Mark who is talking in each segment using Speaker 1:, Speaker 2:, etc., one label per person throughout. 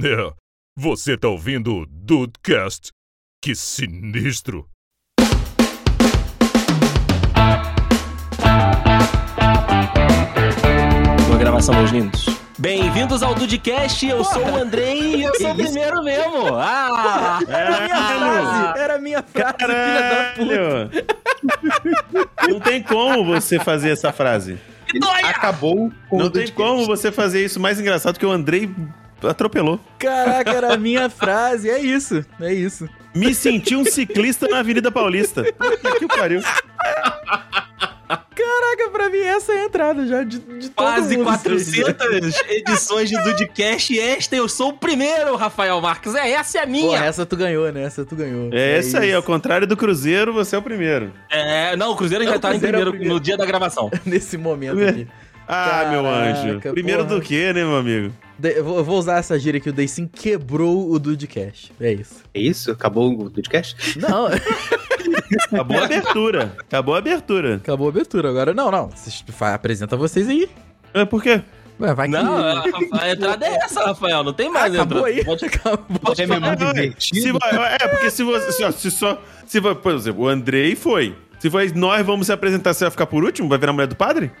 Speaker 1: É, você tá ouvindo o Dudecast? Que sinistro!
Speaker 2: Uma gravação, meus lindos. Bem-vindos ao Dudcast, eu sou o Andrei e eu sou o primeiro mesmo. Ah!
Speaker 3: Era É minha frase! Era minha frase, filha da puta!
Speaker 4: Caralho! Não tem como você fazer essa frase.
Speaker 5: acabou com
Speaker 4: Não
Speaker 5: o
Speaker 4: tem
Speaker 5: Dudecast.
Speaker 4: como você fazer isso. Mais engraçado que o Andrei atropelou.
Speaker 3: Caraca, era minha frase, é isso, é isso.
Speaker 4: Me senti um ciclista na Avenida Paulista. Puta que pariu.
Speaker 3: Caraca, pra mim essa é a entrada já de, de todo
Speaker 2: Quase
Speaker 3: mundo. assim.
Speaker 2: 400 edições de Dudcast e esta eu sou o primeiro, Rafael Marques. É, essa é a
Speaker 3: Pô,
Speaker 2: minha.
Speaker 3: essa tu ganhou, né? Essa tu ganhou.
Speaker 4: É isso aí, ao
Speaker 3: isso.
Speaker 4: contrário do Cruzeiro, você é o primeiro.
Speaker 2: É, não, o Cruzeiro já
Speaker 3: Não, o
Speaker 2: tá em
Speaker 3: Cruzeiro é o
Speaker 2: primeiro,
Speaker 3: primeiro.
Speaker 2: no dia da gravação.
Speaker 3: Nesse momento aqui.
Speaker 4: Ah, meu anjo.
Speaker 3: Caraca,
Speaker 4: Primeiro
Speaker 3: porra.
Speaker 4: do que, né, meu amigo?
Speaker 3: De- eu vou eu vou usar essa gíria que o Daysim quebrou o Dudecast. É isso.
Speaker 5: É isso? Acabou o Dudcast?
Speaker 3: Não,
Speaker 4: Acabou a abertura. Acabou a abertura.
Speaker 3: acabou a abertura agora. Não, não. Vocês- fa- Apresenta vocês aí.
Speaker 4: É, por quê?
Speaker 3: Ué, vai que...
Speaker 2: Não, a, a entrada é essa, Rafael, não tem mais
Speaker 3: acabou
Speaker 2: entrada.
Speaker 3: aí.
Speaker 2: Pode-
Speaker 3: Acabou.
Speaker 5: Hoje é memória
Speaker 4: Ah, Se
Speaker 5: divertida.
Speaker 4: vai- é, porque se você. Se, ó, se só. Se vai, por exemplo, o Andrei foi. Se vai, nós vamos se apresentar, você vai ficar por último? Vai virar a mulher do padre?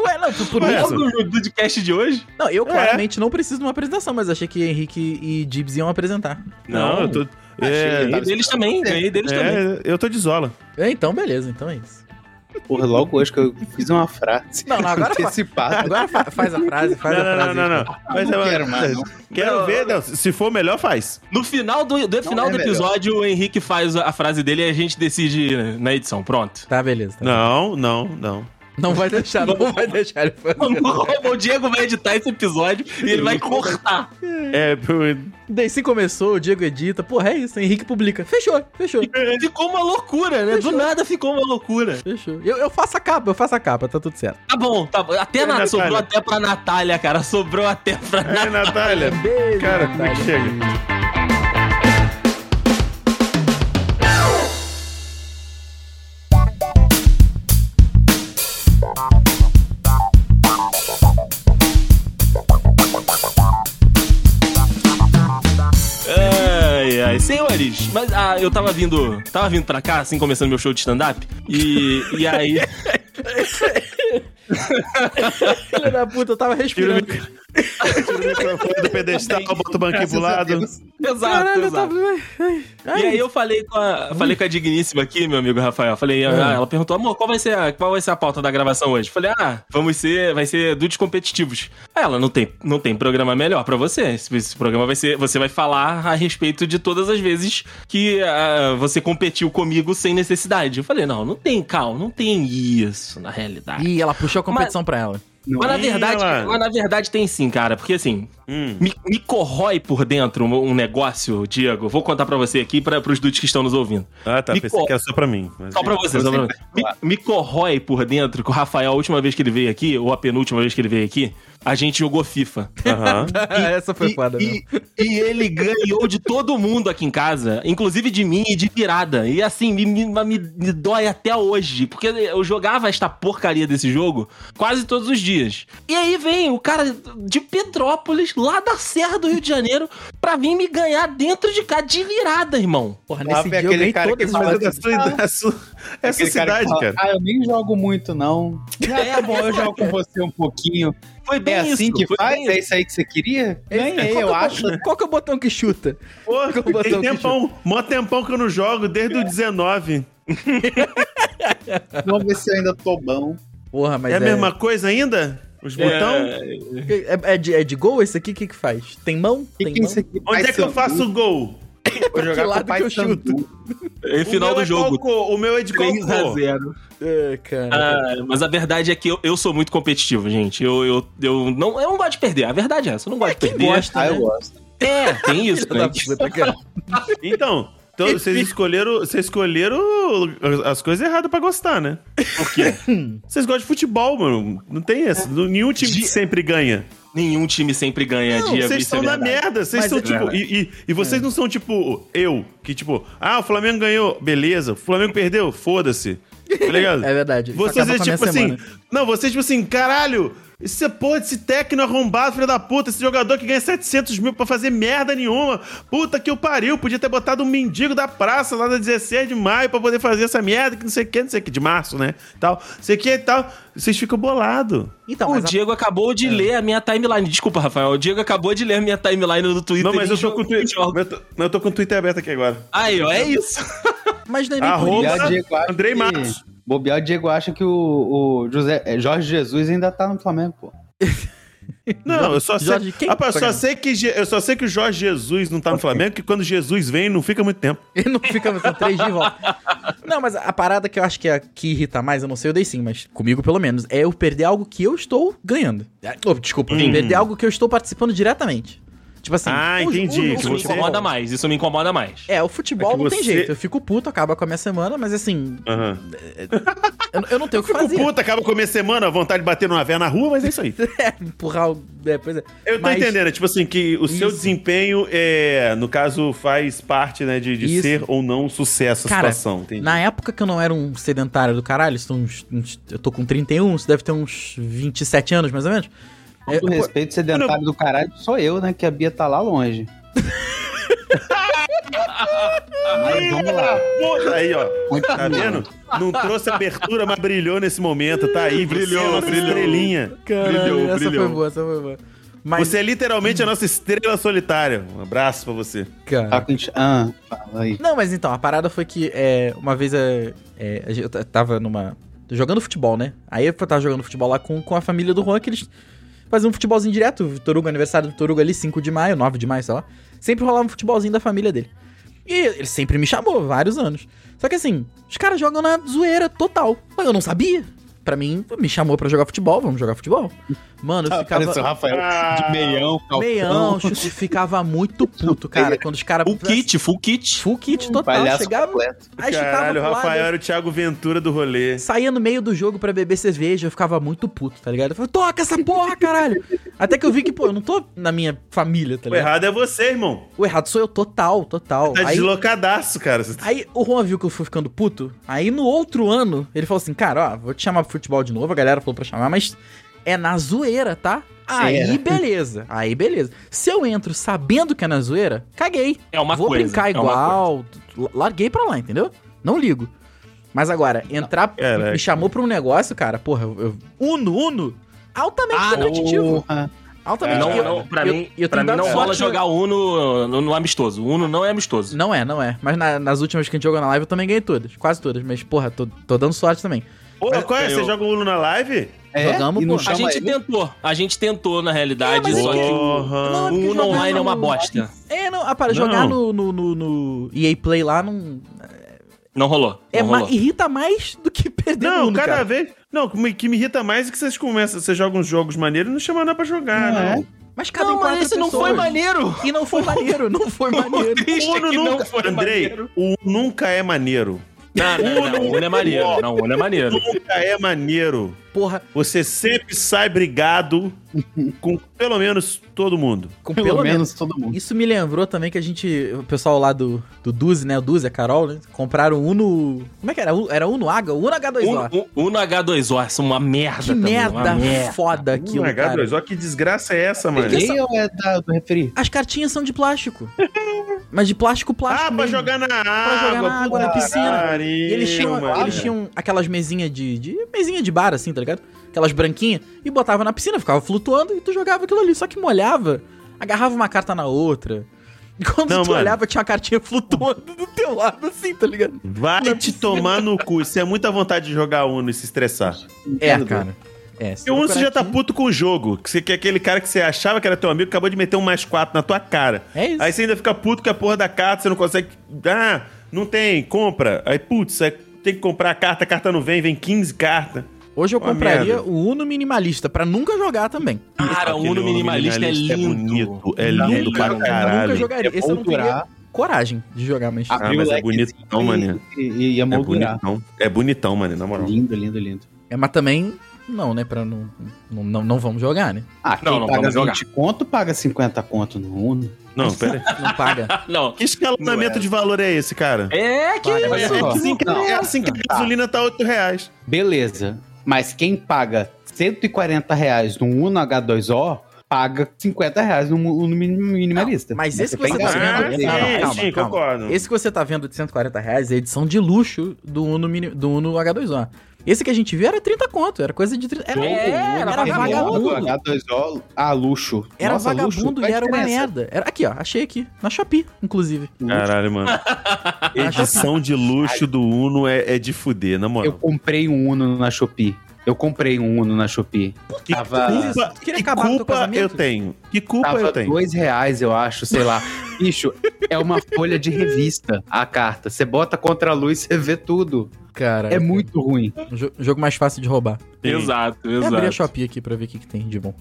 Speaker 3: Ué, não, tu- por
Speaker 4: Ué, É.
Speaker 3: isso.
Speaker 2: Logo no Dudcast de hoje?
Speaker 3: Não, eu claramente não preciso de uma apresentação, mas achei que Henrique e Dibs iam apresentar.
Speaker 4: Não, eu tô. É,
Speaker 5: Achei-
Speaker 2: Ganhei deles também, ganhei deles tá. também.
Speaker 4: é, eu tô de zola.
Speaker 3: É, então, beleza, então é isso.
Speaker 5: Porra, logo hoje que eu fiz uma frase
Speaker 3: Não, não, agora fa-
Speaker 5: antecipada.
Speaker 3: Agora fa- faz a frase, faz
Speaker 4: não,
Speaker 3: é a frase.
Speaker 4: não, não, não, não. Mas,
Speaker 5: Não
Speaker 4: é,
Speaker 5: quero mais, não.
Speaker 4: Quero
Speaker 2: Não.
Speaker 4: ver, não, se for melhor, faz.
Speaker 2: No final do, do, final
Speaker 5: é
Speaker 2: do episódio, o Henrique faz a a frase dele e a gente decide na edição. Pronto.
Speaker 3: Tá, beleza. tá.
Speaker 4: Não, não, não.
Speaker 3: Não vai deixar, não vai deixar ele fazer.
Speaker 2: O Diego vai editar esse episódio e ele vai cortar.
Speaker 4: É, p-
Speaker 3: Daí se começou, o Diego edita. Porra, é isso, Henrique publica. Fechou, fechou,
Speaker 2: Ficou uma loucura, né? Do nada ficou uma loucura.
Speaker 3: fechou. Eu, eu faço a capa, eu faço a capa, tá tudo certo.
Speaker 2: Tá bom, tá bom. Até na-
Speaker 4: Natália.
Speaker 2: sobrou até pra Natália, cara. Sobrou até pra Natália.
Speaker 4: é, Natália.
Speaker 3: Beijo,
Speaker 4: Cara, como é que
Speaker 3: Natália.
Speaker 4: chega?
Speaker 2: É. Ai, ai, senhores, mas ah, eu tava vindo, tava vindo pra cá, assim, começando meu show de stand-up, e, e aí,
Speaker 3: Filha da puta, eu tava
Speaker 4: Tira o
Speaker 3: respirando.
Speaker 4: mic- tira o microfone do pedestal, bota o banquinho pro lado.
Speaker 2: exato,
Speaker 3: Caralho, eu
Speaker 2: exato.
Speaker 3: tava. Ai, ai.
Speaker 2: E aí eu falei com a, falei com a digníssima aqui, meu amigo Rafael. Falei, ah, ela perguntou, amor, qual vai ser a, qual vai ser a pauta da gravação hoje? Falei, ah, vamos ser, vai ser dudes competitivos. Aí Ela não tem, não tem programa melhor pra você. Esse, esse programa vai ser, você vai falar a respeito de todas as vezes que ah, você competiu comigo sem necessidade. Eu falei, não, não tem, Cal, não tem isso na realidade.
Speaker 3: Ih, ela puxou a competição pra ela.
Speaker 2: Mas na
Speaker 4: Ih,
Speaker 2: verdade,
Speaker 4: ela-
Speaker 2: mas na verdade tem sim, cara, porque assim,
Speaker 4: Hum.
Speaker 2: me, me corrói por dentro um, um negócio, Diego. Vou contar pra você aqui para pros dudes que estão nos ouvindo.
Speaker 4: Ah, tá,
Speaker 2: Me
Speaker 4: pensei
Speaker 2: co-
Speaker 4: que era só pra mim. mas-
Speaker 2: Só pra você, só pra você. Me, me corrói por dentro que o Rafael, a última vez que ele veio aqui, ou a penúltima vez que ele veio aqui, a gente jogou FIFA.
Speaker 4: Aham.
Speaker 3: Essa foi
Speaker 2: E-
Speaker 3: foda, né?
Speaker 2: e, e ele ganhou de todo mundo aqui em casa, inclusive de mim e de virada. E assim, me, me, me- me dói até hoje, porque eu jogava esta porcaria desse jogo quase todos os dias. E aí vem o cara de Petrópolis, lá da Serra do Rio de Janeiro, pra vir me ganhar dentro de cá de virada, irmão.
Speaker 3: Porra,
Speaker 5: Lá
Speaker 3: nesse
Speaker 5: vem
Speaker 3: dia eu
Speaker 5: aquele
Speaker 3: ganhei
Speaker 5: cara que
Speaker 3: todas
Speaker 4: Mas
Speaker 5: fala
Speaker 4: é
Speaker 3: as
Speaker 4: da sua, da sua, essa
Speaker 5: Aquele cara que
Speaker 4: cidade,
Speaker 5: fala,
Speaker 4: cara.
Speaker 5: Ah, eu nem jogo muito, não. Ah, tá bom, eu jogo com você um pouquinho.
Speaker 2: Foi bem
Speaker 5: é assim
Speaker 2: isso,
Speaker 5: que
Speaker 2: foi
Speaker 5: faz?
Speaker 2: bem
Speaker 5: É isso aí que você queria?
Speaker 3: Qual
Speaker 5: Ganhei,
Speaker 3: que é o
Speaker 5: eu
Speaker 3: botão-
Speaker 5: acho.
Speaker 3: Qual que é o botão que chuta?
Speaker 4: Pô,
Speaker 3: o botão
Speaker 4: tem
Speaker 3: que
Speaker 4: tempão, mó tempão que eu não jogo, desde o 19.
Speaker 5: Vamos ver se eu ainda tô bom.
Speaker 3: Porra, mas
Speaker 4: é a mesma coisa ainda? Os botões?
Speaker 3: É, é de, é de gol esse aqui? O que que faz? Tem mão?
Speaker 5: O que,
Speaker 3: Tem
Speaker 5: que é
Speaker 3: mão?
Speaker 5: isso aqui?
Speaker 4: Onde é que eu
Speaker 5: Paysandu?
Speaker 4: faço o gol?
Speaker 5: Vou jogar
Speaker 3: lado
Speaker 5: com o
Speaker 3: que eu
Speaker 5: Paysandu.
Speaker 2: É,
Speaker 4: O
Speaker 2: final
Speaker 4: meu
Speaker 2: do
Speaker 4: é
Speaker 2: jogo.
Speaker 4: Cocô, o meu é de
Speaker 2: 3 a
Speaker 4: Cocô.
Speaker 2: 0
Speaker 3: É, cara.
Speaker 2: Ah, mas a verdade é que eu, eu sou muito competitivo, gente. Eu, eu, eu, não, eu não gosto de perder. A verdade é essa. Eu não gosto de
Speaker 3: quem
Speaker 2: perder.
Speaker 3: gosta,
Speaker 5: Ah,
Speaker 3: né?
Speaker 5: eu gosto.
Speaker 2: É, tem isso.
Speaker 3: Filha da
Speaker 2: né?
Speaker 3: puta, cara.
Speaker 4: Então, então, vocês escolheram, vocês escolheram as coisas erradas pra gostar, né?
Speaker 2: Por quê?
Speaker 4: Vocês gostam de futebol, mano. Não tem essa. Nenhum time
Speaker 2: De-
Speaker 4: sempre ganha.
Speaker 2: Nenhum time sempre ganha,
Speaker 4: Não,
Speaker 2: Diego.
Speaker 4: vocês
Speaker 2: Isso é
Speaker 4: estão na
Speaker 2: verdade.
Speaker 4: merda. Vocês
Speaker 3: Mas
Speaker 4: são
Speaker 3: é
Speaker 4: tipo. E, e- e vocês não são tipo eu, que tipo, ah, o Flamengo ganhou, beleza. O Flamengo perdeu, foda-se. Tá ligado?
Speaker 3: É verdade. isso
Speaker 4: Vocês
Speaker 3: acaba
Speaker 4: é
Speaker 3: com a minha
Speaker 4: tipo assim.
Speaker 3: semana.
Speaker 4: Não, vocês tipo assim, caralho, esse porra, esse técnico arrombado, filho da puta, esse jogador que ganha 700 mil pra fazer merda nenhuma. Puta que o pariu, podia ter botado um mendigo da praça lá da 16 de maio pra poder fazer essa merda, que não sei o que, não sei o que, de março, né? Tal, não sei o que e tal. Vocês ficam bolados.
Speaker 3: Então,
Speaker 2: o
Speaker 3: mas a-
Speaker 2: Diego acabou de ler a minha timeline. Desculpa, Rafael. O Diego acabou de ler a minha timeline do Twitter.
Speaker 4: Não, mas
Speaker 2: e
Speaker 4: eu tô com o
Speaker 2: jogou
Speaker 4: Twitter.
Speaker 2: jogos.
Speaker 4: Eu tô, não, eu tô com o Twitter aberto aqui agora.
Speaker 2: Aí, ó, é isso.
Speaker 3: mas não é nem por isso.
Speaker 4: Arroba
Speaker 5: Bobear, Diego acha
Speaker 4: Andrei
Speaker 5: que-
Speaker 4: Matos.
Speaker 5: Bobear, o Diego acha que o, o José, é, Jorge Jesus ainda tá no Flamengo, pô.
Speaker 4: Não, eu só sei.
Speaker 3: Jorge, quem
Speaker 4: Rapaz, eu só
Speaker 3: pega?
Speaker 4: sei que Je- eu só sei que o Jorge Jesus não tá no Flamengo, que quando Jesus vem, não fica muito tempo.
Speaker 3: Ele não fica são três de volta. Não, mas a parada que eu acho que é a que irrita mais, eu não sei, eu dei sim, mas comigo pelo menos, é eu perder algo que eu estou ganhando. É, oh, desculpa, perder algo que eu estou participando diretamente. Tipo assim,
Speaker 4: Hum. Ah, entendi, que
Speaker 2: Isso me
Speaker 4: você-
Speaker 2: incomoda mais. Isso me incomoda mais.
Speaker 3: É, o futebol
Speaker 4: É que
Speaker 3: não tem
Speaker 4: você-
Speaker 3: jeito. Eu fico puto, acaba com a minha semana, mas assim,
Speaker 4: Aham.
Speaker 3: eu, eu não tenho o que
Speaker 4: Fico
Speaker 3: fazer.
Speaker 4: puta, acaba com a minha semana, a vontade de bater numa véia na rua, mas é isso aí.
Speaker 3: É, empurrar o. É, pois é.
Speaker 4: Eu tô
Speaker 3: Mas-
Speaker 4: entendendo, é tipo assim, que o seu
Speaker 3: Isso.
Speaker 4: desempenho, é, no caso, faz parte, né, de, de
Speaker 3: Isso.
Speaker 4: ser ou não um sucesso a
Speaker 3: Cara,
Speaker 4: situação, entendi.
Speaker 3: Na época que eu não era um sedentário do caralho, isso tem uns- uns- eu tô com 31, isso deve ter uns 27 anos mais ou menos. É,
Speaker 5: Com
Speaker 3: pô,
Speaker 5: respeito, sedentário do caralho, sou eu, né? Que a Bia tá lá longe. Mas vamos lá.
Speaker 4: Porra, aí, ó.
Speaker 5: Continua.
Speaker 4: Tá vendo? Não trouxe abertura, mas brilhou nesse momento, tá aí.
Speaker 2: Brilhou,
Speaker 4: você é a nossa
Speaker 2: brilhou.
Speaker 4: estrelinha.
Speaker 3: Caralho,
Speaker 2: Brilhou,
Speaker 3: essa
Speaker 2: brilhou.
Speaker 3: foi boa, essa foi boa. Mas,
Speaker 4: Você é literalmente a nossa estrela solitária. Um abraço pra você.
Speaker 3: cara...
Speaker 5: Tá com enx- Ah, fala aí.
Speaker 3: Não, mas então, a parada foi que é, uma vez é, é, a gente- eu t- tava numa. jogando futebol, né? Aí eu tava jogando futebol lá com, com a família do Juan, que eles faziam um futebolzinho direto. O Torugo, aniversário do Torugo ali, 5 de maio, 9 de maio, sei lá. Sempre rolava um futebolzinho da família dele. E ele sempre me chamou, vários anos. Só que assim, os caras jogam na zoeira total. Mas eu não sabia. Pra mim, me chamou pra jogar futebol, vamos jogar futebol. Mano, eu
Speaker 5: Ah,
Speaker 3: ficava. Ah,
Speaker 5: Parece o Rafael de meião, calção.
Speaker 3: Meião, eu ficava muito puto, cara, quando os caras.
Speaker 2: Full kit, full kit.
Speaker 3: Full kit total.
Speaker 5: Um palhaço
Speaker 3: Chegava,
Speaker 5: completo.
Speaker 3: aí chutava
Speaker 4: Caralho,
Speaker 3: pro
Speaker 4: o
Speaker 3: lado,
Speaker 4: Rafael era o Thiago Ventura do rolê.
Speaker 3: saía no meio do jogo pra beber cerveja, eu ficava muito puto, tá ligado? Eu falava, toca essa porra, caralho! Até que eu vi que, pô, eu não tô na minha família, tá
Speaker 4: O
Speaker 3: ligado?
Speaker 4: errado é você, irmão.
Speaker 3: O errado sou eu total, total.
Speaker 4: Tá
Speaker 3: Aí,
Speaker 4: deslocadaço, cara. tá-
Speaker 3: aí o Juan viu que eu fui ficando puto, aí no outro ano, ele falou assim, cara, ó, vou te chamar pro futebol de novo, a galera falou pra chamar, mas é na zoeira, tá? Aí
Speaker 5: Era.
Speaker 3: beleza, aí beleza. Se eu entro sabendo que é na zoeira, caguei.
Speaker 2: É uma
Speaker 3: Vou
Speaker 2: coisa.
Speaker 3: brincar
Speaker 2: é uma coisa.
Speaker 3: igual, la- larguei pra lá, entendeu? Não ligo. Mas agora, entrar.
Speaker 4: Caraca.
Speaker 3: Me chamou pra um negócio, cara, porra, eu. eu- uno, Uno! Altamente competitivo.
Speaker 5: Porra.
Speaker 3: Altamente
Speaker 2: Ah, É, Não,
Speaker 3: É, eu-
Speaker 2: não, pra
Speaker 3: eu-
Speaker 2: mim,
Speaker 3: eu
Speaker 2: pra
Speaker 3: tenho
Speaker 2: mim
Speaker 3: dado
Speaker 2: não
Speaker 3: sorte
Speaker 2: rola
Speaker 3: no-
Speaker 2: jogar Uno no, no amistoso. Uno não é amistoso.
Speaker 3: Não é, não é. Mas na- nas últimas que a gente jogou na live eu também ganhei todas. Quase todas. Mas, porra, tô, tô dando sorte também.
Speaker 4: Pô, qual é?
Speaker 2: eu-
Speaker 4: Você joga o Uno na live?
Speaker 5: É?
Speaker 3: Jogamos,
Speaker 5: E não
Speaker 3: pô.
Speaker 2: A
Speaker 5: chama
Speaker 2: gente
Speaker 5: ele?
Speaker 2: tentou. A gente tentou, na realidade.
Speaker 3: É, mas
Speaker 2: só que o,
Speaker 3: Não, é
Speaker 4: Porra.
Speaker 3: porque
Speaker 2: o Uno
Speaker 3: jogar
Speaker 2: online é uma
Speaker 3: no-
Speaker 2: bosta.
Speaker 3: É, não. Ah, para,
Speaker 4: Não.
Speaker 3: jogar no, no, no- no EA Play lá não.
Speaker 2: Não rolou.
Speaker 3: É
Speaker 2: não
Speaker 3: ma-
Speaker 2: rolou.
Speaker 3: irrita mais do que perder
Speaker 4: Não,
Speaker 3: Uno,
Speaker 4: cada
Speaker 3: cara.
Speaker 4: vez. Não, o que me- que me irrita mais é que vocês começam, vocês jogam uns jogos maneiros e não chamam nada pra
Speaker 3: Ah, né?
Speaker 4: jogar, né?
Speaker 5: Não é?
Speaker 4: não.
Speaker 3: Mas cada um
Speaker 2: Não, mas esse não foi maneiro.
Speaker 3: E não foi maneiro, não foi maneiro.
Speaker 2: Triste é que não foi
Speaker 4: Andrei,
Speaker 2: maneiro.
Speaker 4: o nunca é maneiro.
Speaker 2: Não, não, não. Uno é maneiro. Não, Uno é maneiro.
Speaker 4: Nunca é maneiro.
Speaker 3: Porra,
Speaker 4: Você sempre sai brigado com pelo menos todo mundo.
Speaker 3: com
Speaker 5: Pelo, menos todo mundo.
Speaker 3: Isso me lembrou também que a gente. O pessoal lá do, do Duzi, né? O Duzi, a Carol, né? Compraram um Uno. Como é que era? U- Era Uno H? Uno H2O.
Speaker 2: Uno, Uno H2O, isso é uma
Speaker 4: tá
Speaker 2: merda.
Speaker 3: é que
Speaker 2: também, uma
Speaker 3: merda
Speaker 2: merda.
Speaker 4: Um
Speaker 3: foda aquilo,
Speaker 4: Uno
Speaker 3: cara.
Speaker 4: H2O, que desgraça é essa, mano?
Speaker 5: É gay ou é da- do referir?
Speaker 3: As cartinhas são de plástico. mas de plástico plástico.
Speaker 4: Ah, pra
Speaker 3: mesmo.
Speaker 4: jogar na água.
Speaker 3: Pra jogar na água, na
Speaker 4: puta
Speaker 3: piscina.
Speaker 4: que
Speaker 3: E eles tinham,
Speaker 4: pariu,
Speaker 3: eles
Speaker 4: mano.
Speaker 3: tinham aquelas mesinhas de, de. mesinha de bar, assim, tá ligado? Aquelas branquinhas, e botava na piscina, ficava flutuando e tu jogava aquilo ali. Só que molhava, agarrava uma carta na outra. E quando
Speaker 4: Não,
Speaker 3: tu
Speaker 4: mano.
Speaker 3: olhava, tinha uma cartinha flutuando do teu lado, assim, tá ligado?
Speaker 4: Vai te tomar no cu. Isso é muita vontade de jogar Uno e se estressar.
Speaker 3: É,
Speaker 5: Entendo,
Speaker 3: cara. É, se
Speaker 4: Porque o Uno você
Speaker 3: procurar
Speaker 4: já tá
Speaker 3: aqui-
Speaker 4: puto com o jogo. Que você que é aquele cara que você achava que era teu amigo, acabou de meter um mais quatro na tua cara.
Speaker 3: É isso.
Speaker 4: Aí você ainda fica puto com a porra da carta, você não consegue. Ah, não tem, compra. Aí, putz, aí tem que comprar a carta, a carta não vem, vem 15 cartas.
Speaker 3: Hoje eu
Speaker 4: Uma
Speaker 3: compraria
Speaker 4: merda.
Speaker 3: o Uno minimalista pra nunca jogar também.
Speaker 2: Cara, o Uno minimalista é lindo.
Speaker 4: bonito, é lindo
Speaker 2: Nunca,
Speaker 4: pra
Speaker 2: nunca
Speaker 4: caralho.
Speaker 3: nunca jogaria. Esse eu não teria
Speaker 5: É moldurar.
Speaker 3: coragem de jogar, mas.
Speaker 4: Ah, mas é bonitão,
Speaker 5: e-
Speaker 4: mané.
Speaker 5: E, e, e
Speaker 4: É
Speaker 5: amoldurar.
Speaker 4: bonitão. É bonitão, mano, na moral.
Speaker 5: Lindo, lindo, lindo.
Speaker 3: É, mas também Não, né? Pra não, não, não, não vamos jogar, né?
Speaker 5: Ah, quem
Speaker 2: Não, não,
Speaker 5: paga
Speaker 2: vamos jogar.
Speaker 5: 20 conto, paga 50 conto no Uno.
Speaker 4: Não, pera aí.
Speaker 3: Não paga.
Speaker 2: Ah, Não.
Speaker 4: Que escalonamento de valor é esse, cara?
Speaker 2: É que
Speaker 5: Olha
Speaker 2: isso.
Speaker 5: só.
Speaker 4: É assim que,
Speaker 5: Não,
Speaker 4: é assim que a
Speaker 5: tá.
Speaker 4: gasolina tá 8 reais.
Speaker 5: Beleza. Mas quem paga 140 reais no Uno H2O, paga 50 reais no Uno minim- minimalista.
Speaker 3: mas esse que
Speaker 5: Depende
Speaker 3: você tá
Speaker 5: da-
Speaker 3: vendo-
Speaker 5: Não, não,
Speaker 4: Ah, sim,
Speaker 3: calma,
Speaker 4: sim,
Speaker 3: calma.
Speaker 4: concordo.
Speaker 3: Esse que você tá vendo de 140 reais é a edição de luxo do Uno, mini- do Uno H2O. Esse que a gente viu era 30 conto, era coisa de 30. Era,
Speaker 2: É, era
Speaker 3: era
Speaker 5: O
Speaker 3: vagabundo.
Speaker 5: H2O, ah, luxo.
Speaker 3: Era
Speaker 5: Nossa, luxo?
Speaker 3: vagabundo
Speaker 5: Qual a
Speaker 3: e era uma
Speaker 5: diferença?
Speaker 3: merda. Era, aqui, ó, achei aqui. Na Shopee, inclusive.
Speaker 4: Caralho, mano. Edição de luxo do Uno é, é de fuder, na
Speaker 5: Eu
Speaker 4: moral.
Speaker 5: comprei um Uno na Shopee. Eu comprei um Uno na Shopee.
Speaker 4: Que
Speaker 5: tava-
Speaker 4: culpa,
Speaker 3: Tu queria
Speaker 4: que
Speaker 3: acabar com o teu
Speaker 4: culpa
Speaker 3: casamento?
Speaker 4: eu tenho? Que culpa
Speaker 5: Tava
Speaker 4: eu tenho?
Speaker 5: dois reais, eu acho, sei lá. Bicho, é uma folha de revista a carta. Você bota contra a luz, você vê tudo.
Speaker 3: Cara,
Speaker 5: É muito ruim.
Speaker 3: um jo- jogo mais fácil de roubar.
Speaker 2: Exato,
Speaker 3: Eu abri a
Speaker 2: exato.
Speaker 3: Shopee aqui pra ver o que, que tem de bom.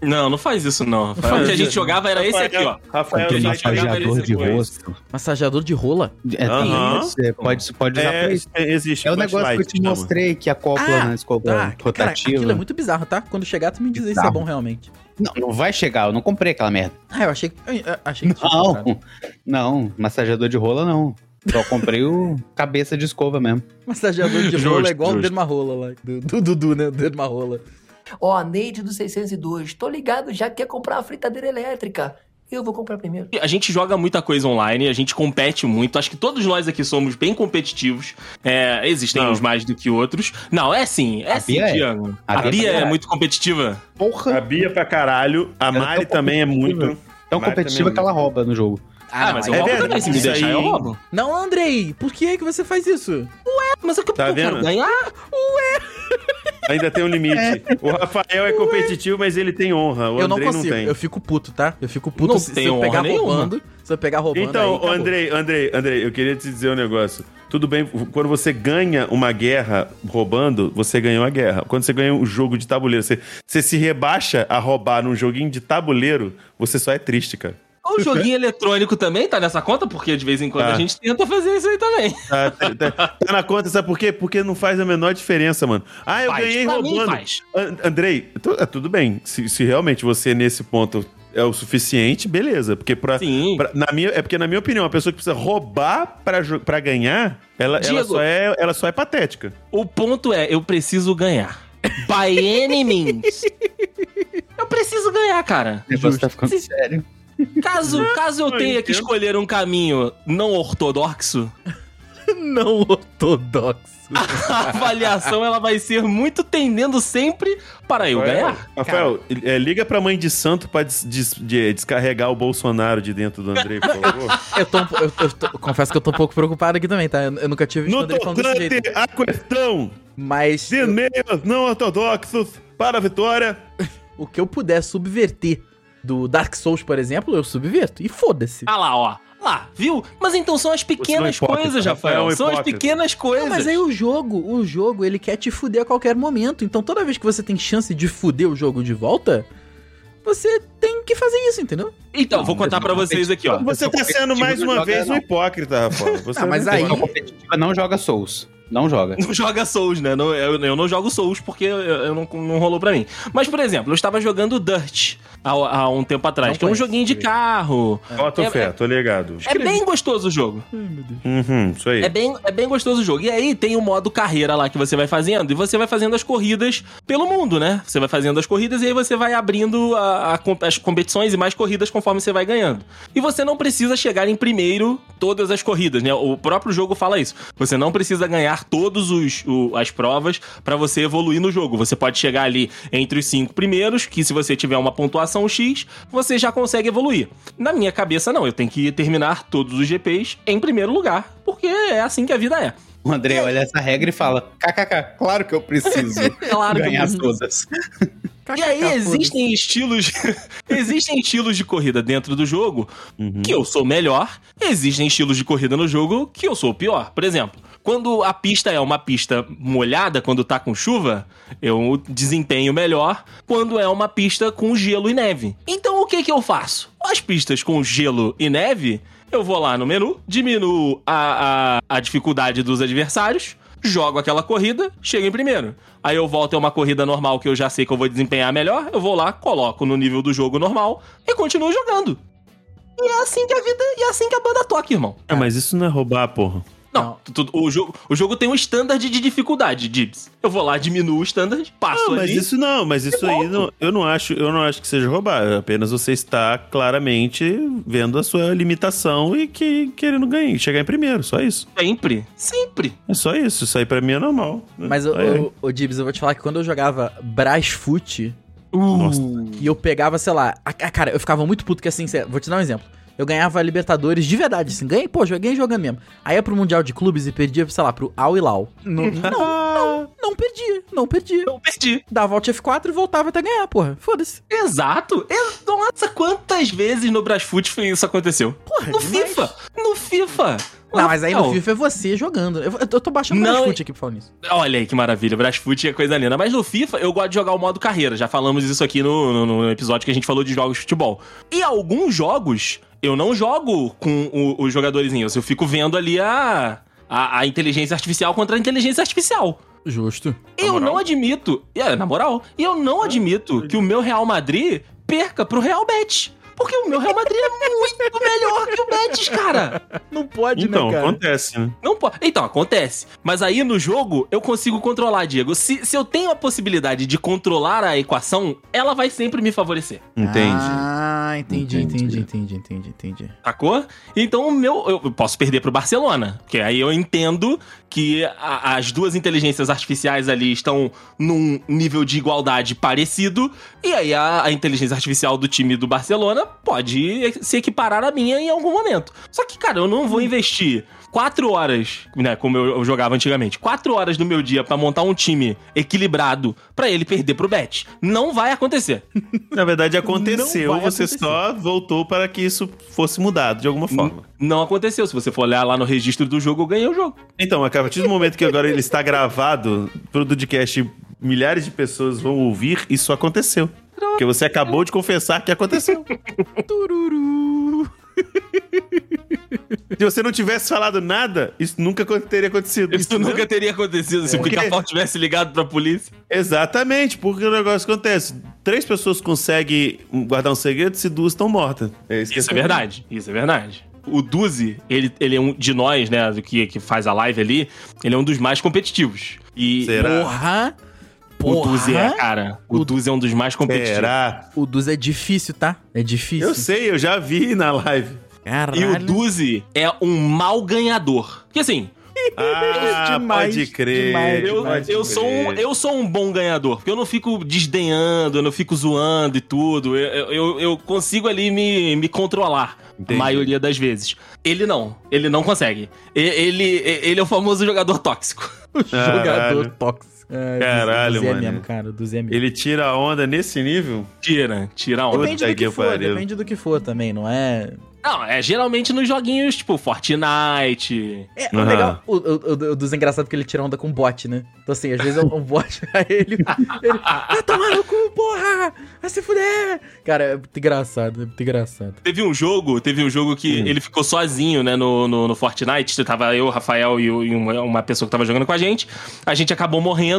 Speaker 2: Não, não faz isso não, Rafael. O que a gente jogava era esse aqui, ó.
Speaker 4: Rafael,
Speaker 2: Aquele
Speaker 4: vai
Speaker 2: massageador
Speaker 4: cagar nesse
Speaker 2: de
Speaker 4: coisa.
Speaker 3: Massageador de rola?
Speaker 5: É, tem
Speaker 4: Aham.
Speaker 5: isso, você pode, pode usar
Speaker 4: É,
Speaker 5: pra isso.
Speaker 4: isso existe.
Speaker 5: É o negócio que eu
Speaker 4: flashlight, tá,
Speaker 5: te
Speaker 4: chama.
Speaker 5: mostrei que acopla
Speaker 3: Ah,
Speaker 5: na escova
Speaker 3: Tá, cara,
Speaker 5: rotativa.
Speaker 3: aquilo é muito bizarro, tá? Quando chegar, tu me diz aí se é
Speaker 5: Bizarro.
Speaker 3: bom realmente.
Speaker 5: não, não vai chegar, eu não comprei aquela merda.
Speaker 3: Ah, eu achei que. eu achei que tinha comprado.
Speaker 5: Não, não, massageador de rola não. Só comprei o cabeça de escova mesmo.
Speaker 3: Massageador de rola é
Speaker 2: Justo,
Speaker 3: igual o
Speaker 2: justo.
Speaker 3: dedo uma rola lá. Do do Dudu, né? O dedo uma rola.
Speaker 6: Ó, Neide do 602, tô ligado, já quer comprar uma fritadeira elétrica. Eu vou comprar primeiro.
Speaker 2: A gente joga muita coisa online, a gente compete muito. Acho que todos nós aqui somos bem competitivos. É, existem
Speaker 4: Não.
Speaker 2: uns mais do que outros. Não, é sim, é
Speaker 5: A
Speaker 2: sim,
Speaker 5: Bia é.
Speaker 2: Tiago.
Speaker 5: A
Speaker 2: A,
Speaker 5: Bia
Speaker 2: Bia é
Speaker 5: é.
Speaker 2: muito competitiva.
Speaker 5: Porra!
Speaker 4: A Bia pra caralho. A
Speaker 5: tô
Speaker 4: Mari também é muito.
Speaker 5: É Tão
Speaker 4: Mas
Speaker 5: competitiva
Speaker 4: também-
Speaker 5: que ela rouba no jogo.
Speaker 2: Ah, mas eu
Speaker 4: é
Speaker 2: roubo
Speaker 4: verdade,
Speaker 2: também, se me
Speaker 4: isso
Speaker 2: deixar,
Speaker 4: aí,
Speaker 2: eu
Speaker 4: hein?
Speaker 2: roubo.
Speaker 3: Não, Andrei, por que é que você faz isso?
Speaker 2: Mas é que
Speaker 4: Tá
Speaker 2: eu quero
Speaker 4: vendo?
Speaker 2: ganhar.
Speaker 4: Ainda tem um limite. O Rafael é competitivo, mas ele tem honra. O
Speaker 3: eu não
Speaker 4: Andrei
Speaker 3: consigo,
Speaker 4: tem.
Speaker 3: eu fico puto, tá? Eu fico puto
Speaker 2: Não
Speaker 3: se, se
Speaker 2: tem
Speaker 3: eu
Speaker 2: honra
Speaker 3: pegar
Speaker 2: nenhuma.
Speaker 3: roubando. Se eu pegar roubando. aí,
Speaker 4: Então,
Speaker 3: acabou.
Speaker 4: Andrei, Andrei, Andrei, eu queria te dizer um negócio. Tudo bem, quando você ganha uma guerra roubando, você ganhou a guerra. Quando você ganha um jogo de tabuleiro, você, você se rebaixa a roubar num joguinho de tabuleiro, você só é triste, cara.
Speaker 2: Ah, O joguinho eletrônico também tá nessa conta, porque de vez em quando
Speaker 4: Tá.
Speaker 2: a gente tenta fazer isso aí também.
Speaker 4: Tá, tá- tá- tá na conta, sabe por quê? Porque não faz a menor diferença, mano. Ah, eu
Speaker 2: Faz,
Speaker 4: ganhei
Speaker 2: pra mim
Speaker 4: roubando.
Speaker 2: faz.
Speaker 4: An- Andrei, tu- é, tudo bem. Se, se realmente você, nesse ponto, é o suficiente, beleza. Porque pra,
Speaker 2: Sim.
Speaker 4: pra- na minha, é porque, na minha opinião, a pessoa que precisa roubar pra, jo- pra ganhar, ela, ela
Speaker 2: Diego.
Speaker 4: só é, ela só é patética.
Speaker 2: O ponto é, eu preciso ganhar. By any means. Eu preciso ganhar, cara.
Speaker 5: O negócio tá ficando
Speaker 2: Vocês-
Speaker 5: sério.
Speaker 2: Caso, caso eu
Speaker 4: eu
Speaker 2: tenha que
Speaker 4: entendo.
Speaker 2: escolher um caminho não ortodoxo,
Speaker 3: Não ortodoxo.
Speaker 2: a avaliação ela vai ser muito tendendo sempre para eu ganhar.
Speaker 4: Rafael, é, liga pra mãe de santo pra des- des- de- descarregar o Bolsonaro de dentro do Andrei, por favor.
Speaker 3: eu tô, um po- eu, eu tô- eu confesso que eu tô um pouco preocupado aqui também, tá? Eu, eu nunca tive visto o
Speaker 4: no
Speaker 3: Andrei falando desse
Speaker 4: tocante
Speaker 3: jeito.
Speaker 4: à questão
Speaker 3: Mas
Speaker 4: de meios não ortodoxos para a vitória.
Speaker 3: o que eu puder subverter do Dark Souls, por exemplo, eu subverto. E foda-se.
Speaker 2: Ah lá, ó. Lá, viu? Mas então são as pequenas
Speaker 4: Você não é hipócrita,
Speaker 2: coisas,
Speaker 4: Rafael, é
Speaker 2: Rafael.
Speaker 4: um
Speaker 2: São as
Speaker 4: hipócrita.
Speaker 2: pequenas coisas.
Speaker 3: Não, mas aí o jogo, o jogo, ele quer te fuder a qualquer momento. Então toda vez que você tem chance de fuder o jogo de volta, você tem que fazer isso, entendeu?
Speaker 2: Então, vou contar pra vocês aqui, ó.
Speaker 4: Você tá sendo mais
Speaker 5: não
Speaker 4: uma
Speaker 5: joga,
Speaker 4: vez um
Speaker 5: não.
Speaker 4: hipócrita, Rafael. Você
Speaker 3: Ah, mas
Speaker 4: é um
Speaker 3: aí-
Speaker 5: Pessoa
Speaker 4: hipócrita.
Speaker 5: competitiva não joga Souls. Não joga.
Speaker 2: Não joga Souls, né? Não- eu, eu não jogo Souls porque eu, eu não, não rolou pra mim. Mas, por exemplo, eu estava jogando Dirt há, há um tempo atrás,
Speaker 3: Não
Speaker 2: que é um
Speaker 3: conheço,
Speaker 2: joguinho de
Speaker 3: também.
Speaker 2: carro.
Speaker 4: Bota
Speaker 2: É-
Speaker 4: o fé,
Speaker 2: é-
Speaker 4: tô ligado.
Speaker 2: É bem gostoso o jogo.
Speaker 4: Uhum, isso aí.
Speaker 2: É bem, é bem gostoso o jogo. E aí tem o modo carreira lá que você vai fazendo. E você vai fazendo as corridas pelo mundo, né? Você vai fazendo as corridas e aí você vai abrindo a- a com- as competições e mais corridas conforme você vai ganhando. E você não precisa chegar em primeiro todas as corridas, né? O próprio jogo fala isso. Você não precisa ganhar todas as provas pra você evoluir no jogo. Você pode chegar ali entre os cinco primeiros, que se você tiver uma pontuação X, você já consegue evoluir. Na minha cabeça, não. Eu tenho que terminar todos os GPs em primeiro lugar, porque é assim que a vida é.
Speaker 5: O André olha essa regra e fala: kkk, claro que eu preciso
Speaker 2: Claro que
Speaker 5: ganhar todas.
Speaker 2: E aí
Speaker 3: Kkk,
Speaker 2: existem estilos, existem estilos de corrida dentro do jogo que eu sou melhor, existem estilos de corrida no jogo que eu sou o pior. Por exemplo, quando a pista é uma pista molhada, quando tá com chuva, eu desempenho melhor quando é uma pista com gelo e neve. Então o que que eu faço? As pistas com gelo e neve, eu vou lá no menu, diminuo a, a, a dificuldade dos adversários, jogo aquela corrida, chego em primeiro. Aí eu volto a uma corrida normal que eu já sei que eu vou desempenhar melhor, eu vou lá, coloco no nível do jogo normal e continuo jogando. E é assim que a vida, e é assim que a banda toca, irmão.
Speaker 4: Ah, mas isso não é roubar, porra.
Speaker 2: Não, tu- tu- o, jogo, o jogo tem um standard de dificuldade, Dibs. Eu vou lá, diminuo o standard, passo
Speaker 4: Não, Ah, mas
Speaker 2: ali.
Speaker 4: isso não, mas isso aí não- eu não acho, eu não acho que seja roubar. Apenas você está claramente vendo a sua limitação e que querendo ganhar, chegar em primeiro, só isso.
Speaker 2: Sempre, sempre.
Speaker 4: É só isso, isso aí pra mim é normal. é.
Speaker 3: Mas, ô, né,
Speaker 4: Aí, aí.
Speaker 3: ô, ô, Dibs, eu vou te falar que quando eu jogava Brasfoot,
Speaker 4: Nossa.
Speaker 3: e eu pegava, sei lá, a, a- cara, eu ficava muito puto, que assim, cê- vou te dar um exemplo. Eu ganhava Libertadores de verdade, assim, ganhei, pô, joguei jogando mesmo. Aí ia pro Mundial de Clubes e perdia, sei lá, pro Al Hilal. Não, não, não, não perdia, não perdia.
Speaker 2: Eu perdi.
Speaker 3: Dava Alt F4 e voltava até ganhar, porra. Foda-se.
Speaker 2: Exato! Ex- Nossa, quantas vezes no Brasfoot foi- isso aconteceu? Porra, no
Speaker 3: demais.
Speaker 2: FIFA! No FIFA!
Speaker 3: Não, mas aí no
Speaker 2: Rafael,
Speaker 3: FIFA é você jogando. Eu, eu tô baixando o
Speaker 2: Não,
Speaker 3: Brasfoot aqui pra falar nisso.
Speaker 2: Olha aí que maravilha, Brasfoot é coisa linda. Mas no FIFA eu gosto de jogar o modo carreira, já falamos isso aqui no, no- no episódio que a gente falou de jogos de futebol. E alguns jogos eu não jogo com o- os jogadorzinhos, eu fico vendo ali a, a, a inteligência artificial contra a inteligência artificial.
Speaker 3: Justo.
Speaker 2: Eu
Speaker 4: moral?
Speaker 2: não admito, e é, na moral, e eu não admito que o meu Real Madrid perca pro Real Betis. Porque o meu Real Madrid é muito melhor que o Betis, cara.
Speaker 3: Não pode,
Speaker 4: Então,
Speaker 3: né, cara?
Speaker 4: acontece, né?
Speaker 2: Não pode. Então, acontece. Mas aí no jogo eu consigo controlar, Diego. Se, se eu tenho a possibilidade de controlar a equação, ela vai sempre me favorecer.
Speaker 4: Entende?
Speaker 3: Ah, entendi, entendi, entendi, entendi, entendi.
Speaker 2: Sacou? Então o meu. Eu posso perder pro Barcelona. Porque aí eu entendo que a- as duas inteligências artificiais ali estão num nível de igualdade parecido. E aí a, a inteligência artificial do time do Barcelona pode se equiparar à minha em algum momento. Só que, cara, eu não vou investir quatro horas, né? Como eu, eu jogava antigamente, quatro horas do meu dia pra montar um time equilibrado pra ele perder pro Bet. Não vai acontecer.
Speaker 4: Na verdade, aconteceu,
Speaker 3: Não vai
Speaker 4: você
Speaker 3: acontecer.
Speaker 4: só voltou para que isso fosse mudado de alguma forma.
Speaker 2: Não aconteceu. Se você for olhar lá no registro do jogo, eu ganhei o jogo.
Speaker 4: Então, a partir do momento que agora ele está gravado pro podcast, milhares de pessoas vão ouvir, isso aconteceu. Porque você acabou de confessar que aconteceu.
Speaker 3: Tururu.
Speaker 4: Se você não tivesse falado nada, isso nunca acon- teria acontecido.
Speaker 2: Isso
Speaker 4: entendeu?
Speaker 2: nunca teria acontecido se o
Speaker 4: Porque-
Speaker 2: pica-pau tivesse ligado pra polícia.
Speaker 4: Exatamente, porque o negócio acontece. Três pessoas conseguem guardar um segredo se duas estão mortas. É isso, que
Speaker 2: Isso é verdade. Isso é verdade. O Duzi, ele, ele é um de nós, né, do que, que faz a live ali, ele é um dos mais competitivos. E
Speaker 4: Será?
Speaker 3: Porra!
Speaker 2: o Duzi é,
Speaker 3: Porra!
Speaker 2: cara. O Duzi é um dos mais competitivos.
Speaker 4: Será?
Speaker 3: O Duz é difícil, tá? É difícil.
Speaker 4: Eu sei, eu já vi na live.
Speaker 3: Caralho.
Speaker 2: E o Duzi é um mal ganhador. Porque assim,
Speaker 4: Ah,
Speaker 3: Demais,
Speaker 4: pode crer.
Speaker 3: demais,
Speaker 2: eu,
Speaker 4: pode
Speaker 2: eu, sou um,
Speaker 4: crer.
Speaker 2: eu sou um bom ganhador, porque eu não fico desdenhando, eu não fico zoando e tudo. Eu, eu, eu consigo ali me, me controlar
Speaker 4: Entendi.
Speaker 2: a maioria das vezes. Ele não, ele não consegue. E- Ele, ele é o famoso jogador tóxico.
Speaker 3: Jogador
Speaker 4: Caralho.
Speaker 3: tóxico. É,
Speaker 4: Caralho,
Speaker 3: o Duz é
Speaker 4: mano.
Speaker 3: mesmo, cara. O Duz é mesmo.
Speaker 4: Ele é tira a onda nesse nível?
Speaker 2: Tira, tira a onda.
Speaker 3: Depende
Speaker 4: Puta
Speaker 3: do que
Speaker 4: que
Speaker 3: for,
Speaker 4: pariu.
Speaker 3: depende do que for também, não é...
Speaker 2: Não, é geralmente nos joguinhos tipo Fortnite.
Speaker 3: É, o
Speaker 4: Aham.
Speaker 3: legal, o, o, o, o Duz é engraçado porque ele tira onda com bot, né? Então assim, às vezes é um bot, aí ele... ele ah, tomar no cu, porra! Vai se fuder! Cara, é muito engraçado, é muito engraçado.
Speaker 2: Teve um jogo, teve um jogo que ele ficou sozinho, né, no, no, no Fortnite. Tava eu, Rafael e, o- e uma, uma pessoa que tava jogando com a gente. A gente acabou morrendo.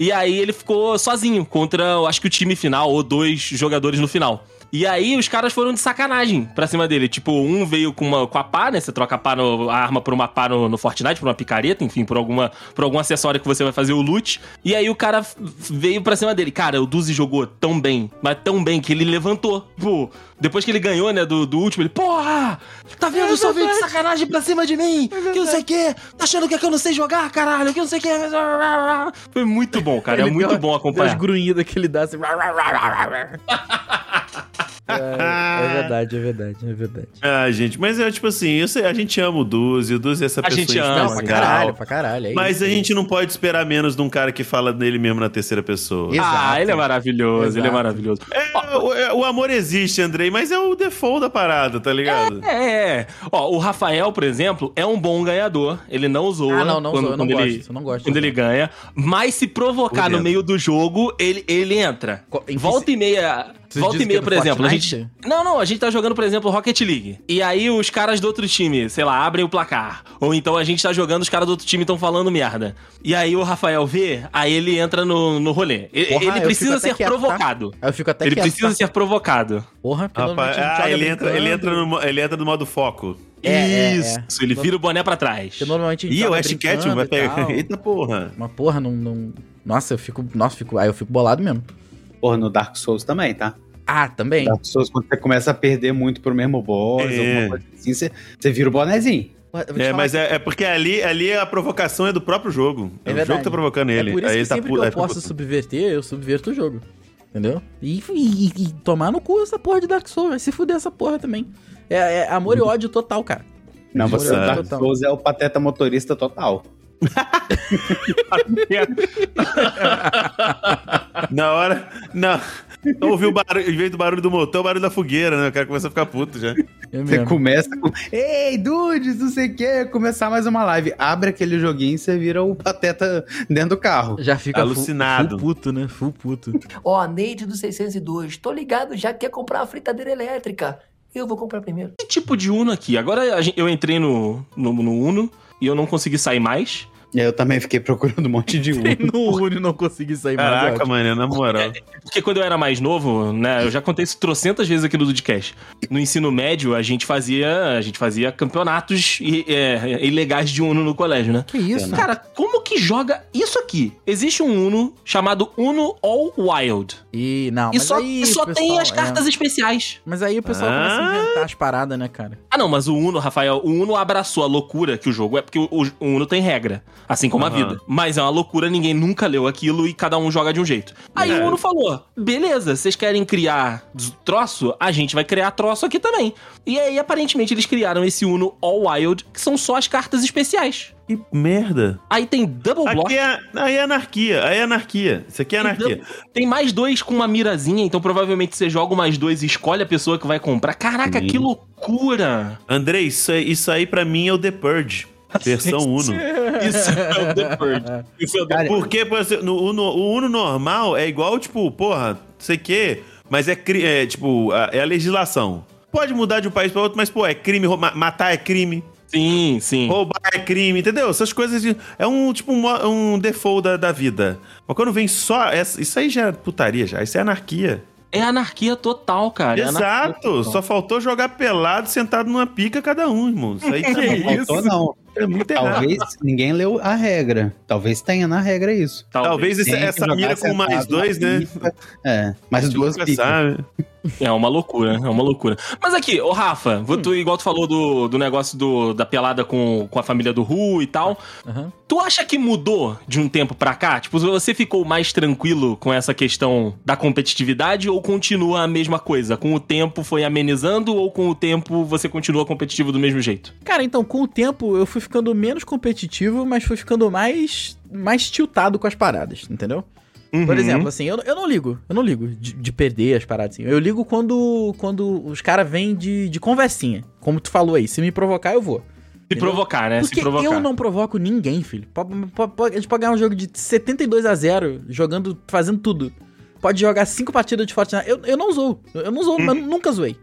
Speaker 2: E aí ele ficou sozinho contra, eu acho que o time final, ou dois jogadores no final. E aí os caras foram de sacanagem pra cima dele. Tipo, um veio com, uma, com a pá, né? Você troca a, pá no- a arma por uma pá no, no Fortnite, por uma picareta, enfim, por, alguma, por algum acessório que você vai fazer o loot. E aí o cara f- veio pra cima dele. Cara, o Duzi jogou tão bem, mas tão bem que ele levantou. Pô, depois que ele ganhou, né, do, do último, ele, porra! Tá
Speaker 3: É
Speaker 2: vendo? só veio de sacanagem pra cima de mim! que não sei o quê! Tá achando que, é que eu não sei jogar, caralho? Que eu não sei o quê! Foi muito bom, cara.
Speaker 3: Ele
Speaker 2: é muito
Speaker 3: deu-
Speaker 2: bom
Speaker 3: Deu as
Speaker 2: acompanhar.
Speaker 3: grunhidas que ele dá assim... é, é verdade, é verdade, é verdade.
Speaker 4: Ah, gente, mas é tipo assim, eu sei, a gente ama o Duzi, o Duzi é essa
Speaker 2: A
Speaker 4: pessoa
Speaker 2: gente ama,
Speaker 3: Não,
Speaker 4: especial,
Speaker 3: pra
Speaker 2: Legal.
Speaker 3: caralho, pra caralho. é
Speaker 4: Mas
Speaker 3: isso,
Speaker 4: a
Speaker 3: é
Speaker 4: gente não pode esperar menos de um cara que fala nele mesmo na terceira pessoa.
Speaker 3: Exato.
Speaker 2: Ah, ele é maravilhoso, ele é
Speaker 3: Exato.
Speaker 2: maravilhoso.
Speaker 4: É, o, é, o amor existe, Andrei, mas é o default da parada, tá ligado?
Speaker 2: É, é. Ó, o Rafael, por exemplo, é um bom ganhador. Ele não zoa.
Speaker 3: Ah, não, não zoa, eu não gosto
Speaker 2: ele,
Speaker 3: disso, eu não gosto
Speaker 2: Quando
Speaker 3: disso.
Speaker 2: ele ganha. Mas se provocar
Speaker 4: Por
Speaker 2: no
Speaker 4: dentro.
Speaker 2: meio do jogo, ele, ele entra.
Speaker 3: Co- em que
Speaker 2: Volta e meia.
Speaker 3: Vocês
Speaker 2: Volta e
Speaker 3: dizem que é
Speaker 2: meia,
Speaker 3: do
Speaker 2: por exemplo, a
Speaker 3: Fortnite?
Speaker 2: gente. Não, não, a gente tá jogando, por exemplo, Rocket League. E aí os caras do outro time, sei lá, abrem o placar. Ou então a gente tá jogando, os caras do outro time estão falando merda. E aí o Rafael vê, aí ele entra no, no rolê. E-
Speaker 3: Porra, eu
Speaker 2: ele
Speaker 3: fico
Speaker 2: precisa
Speaker 3: até
Speaker 2: ser
Speaker 3: quieto, tá?
Speaker 2: provocado.
Speaker 3: Aí eu fico até
Speaker 2: Ele
Speaker 3: quieto,
Speaker 2: precisa
Speaker 3: tá?
Speaker 2: ser provocado.
Speaker 3: Porra, porque
Speaker 4: Rapaz,
Speaker 3: normalmente a gente
Speaker 4: ah,
Speaker 3: joga
Speaker 4: ele entra, ele,
Speaker 3: brincando.
Speaker 4: entra no, mo- ele entra no modo foco.
Speaker 3: É, é, é.
Speaker 2: Isso, ele vira o boné pra trás.
Speaker 3: Porque normalmente a gente
Speaker 4: Ih, o
Speaker 3: joga
Speaker 4: Ash
Speaker 3: brincando
Speaker 4: Ketchum é vai
Speaker 3: e tal.
Speaker 4: pegar. Eita porra.
Speaker 3: Mas porra, não, não- Nossa, eu fico. Nossa, fico. Aí eu fico bolado mesmo.
Speaker 5: Porra, no Dark Souls também, tá?
Speaker 3: Ah, também.
Speaker 5: Dark Souls, quando você começa a perder muito pro mesmo boss,
Speaker 4: É.
Speaker 5: alguma coisa assim, você, você vira o bonezinho.
Speaker 3: Porra, eu vou te
Speaker 4: É,
Speaker 3: falar
Speaker 4: mas
Speaker 3: que-
Speaker 4: é, é porque ali, ali a provocação é do próprio jogo.
Speaker 3: É
Speaker 4: É, o jogo
Speaker 3: verdade.
Speaker 4: que tá provocando ele.
Speaker 3: É por isso
Speaker 4: Aí
Speaker 3: que
Speaker 4: ele tá
Speaker 3: sempre
Speaker 4: puto,
Speaker 3: que
Speaker 4: aí
Speaker 3: eu
Speaker 4: fica
Speaker 3: posso
Speaker 4: puto.
Speaker 3: subverter, eu subverto o jogo. Entendeu? E, e- e tomar no cu essa porra de Dark Souls, vai se fuder essa porra também. É, é amor e ódio total, cara.
Speaker 5: Não,
Speaker 3: Juro,
Speaker 5: você
Speaker 4: é.
Speaker 5: Dark
Speaker 3: Total.
Speaker 5: Souls é o pateta motorista total.
Speaker 4: Na hora. Na... Eu ouvi o barulho, em vez do barulho do motor, o barulho da fogueira, né? O cara começa a ficar puto já.
Speaker 3: Eu
Speaker 5: Você
Speaker 3: mesmo.
Speaker 5: começa com. Ei, dudes, não sei o que, começar mais uma live. Abre aquele joguinho e você vira o pateta dentro do carro.
Speaker 3: Já fica fu-
Speaker 4: Alucinado.
Speaker 3: Full puto, né? Full puto.
Speaker 6: Ó, a Neide do 602, tô ligado, já quer comprar a fritadeira elétrica. Eu vou comprar primeiro.
Speaker 2: Que tipo de Uno aqui? Agora a gen- eu entrei no, no, no Uno e eu não consegui sair mais.
Speaker 5: E aí eu também fiquei procurando um monte de um.
Speaker 3: no Uno não consegui sair mais.
Speaker 4: Caraca,
Speaker 3: ódio.
Speaker 2: é
Speaker 4: mano, na moral.
Speaker 2: Porque quando eu era mais novo, né? Eu já contei isso trocentas vezes aqui no Dudcast. No ensino médio, a gente fazia, a gente fazia campeonatos i- é, ilegais de Uno no colégio, né?
Speaker 3: Que isso?
Speaker 2: Cara, como que joga isso aqui? Existe um Uno chamado Uno All Wild.
Speaker 3: E não,
Speaker 2: E
Speaker 3: mas
Speaker 2: só,
Speaker 3: aí,
Speaker 2: e só tem
Speaker 3: pessoal,
Speaker 2: as
Speaker 3: é.
Speaker 2: cartas especiais.
Speaker 3: Mas aí o pessoal
Speaker 4: Ah.
Speaker 3: começa a inventar as paradas, né, cara?
Speaker 2: Ah, não, mas o Uno, Rafael, o Uno abraçou a loucura que o jogo é, porque o, o Uno tem regra, assim como a
Speaker 4: Aham.
Speaker 2: vida. Mas é uma loucura, ninguém nunca leu aquilo e cada um joga de um jeito. Aí
Speaker 4: É.
Speaker 2: o Uno falou: beleza, vocês querem criar z- troço? A gente vai criar troço aqui também. E aí, aparentemente, eles criaram esse Uno All Wild, que são só as cartas especiais.
Speaker 4: Que merda.
Speaker 2: Aí tem Double Block,
Speaker 4: Aqui é, aí é anarquia, aí é anarquia. Isso aqui é anarquia.
Speaker 2: tem mais dois com uma mirazinha, então provavelmente você joga o mais dois e escolhe a pessoa que vai comprar. Caraca, que loucura!
Speaker 4: André, isso, aí- isso aí pra mim é o The Purge. Versão Uno.
Speaker 2: Isso é o The Purge. Isso é o The
Speaker 5: Cara,
Speaker 4: Porque, por exemplo, no Uno, o Uno normal é igual, tipo, porra, não sei o quê, mas é, cri- é, tipo, a- é a legislação. Pode mudar de um país pra outro, mas, pô, é crime, rouba- matar é crime,
Speaker 2: Sim, sim.
Speaker 4: roubar é crime, entendeu? Essas coisas. de- É um, tipo, um, mo- um default da, da vida. Mas quando vem só. essa- isso aí já é putaria, já. Isso é anarquia.
Speaker 2: É anarquia total, cara. É anarquia
Speaker 4: Exato!
Speaker 2: total.
Speaker 4: Só faltou jogar pelado, sentado numa pica cada um, irmão. Isso aí tá
Speaker 5: Não faltou, não.
Speaker 4: é muito errado.
Speaker 5: Talvez ninguém leu a regra. Talvez tenha na regra isso.
Speaker 4: Talvez, esse-
Speaker 5: Tem que
Speaker 4: essa
Speaker 5: jogar
Speaker 4: mira com mais
Speaker 5: sentado na
Speaker 4: dois, né?
Speaker 5: pista. É, mais duas
Speaker 4: Nunca
Speaker 5: picas.
Speaker 4: sabe.
Speaker 2: É uma loucura, é uma loucura. Mas aqui, ô Rafa,
Speaker 4: Hum.
Speaker 2: vou- tu, igual tu falou do, do negócio do, da pelada com, com a família do Ru e tal,
Speaker 3: Aham.
Speaker 2: tu acha que mudou de um tempo pra cá? Tipo, você ficou mais tranquilo com essa questão da competitividade ou continua a mesma coisa? Com o tempo foi amenizando ou com o tempo você continua competitivo do mesmo jeito?
Speaker 3: Cara, então, com o tempo, eu fui ficando menos competitivo, mas fui ficando mais, mais tiltado com as paradas, entendeu? Por
Speaker 2: Uhum.
Speaker 3: exemplo, assim, eu, eu não ligo, eu não ligo de, de perder as paradas. Assim. Eu ligo quando, quando os caras vêm de, de conversinha, como tu falou aí. Se me provocar, eu vou.
Speaker 2: se provocar, né?
Speaker 3: Porque
Speaker 2: se provocar.
Speaker 3: eu não provoco ninguém, filho. Po- po- po- A gente pode ganhar um jogo de 72 a 0 jogando, fazendo tudo. Pode jogar cinco partidas de Fortnite. Eu, eu não zoo. Eu não zoo,
Speaker 2: Uhum.
Speaker 3: mas nunca zoei.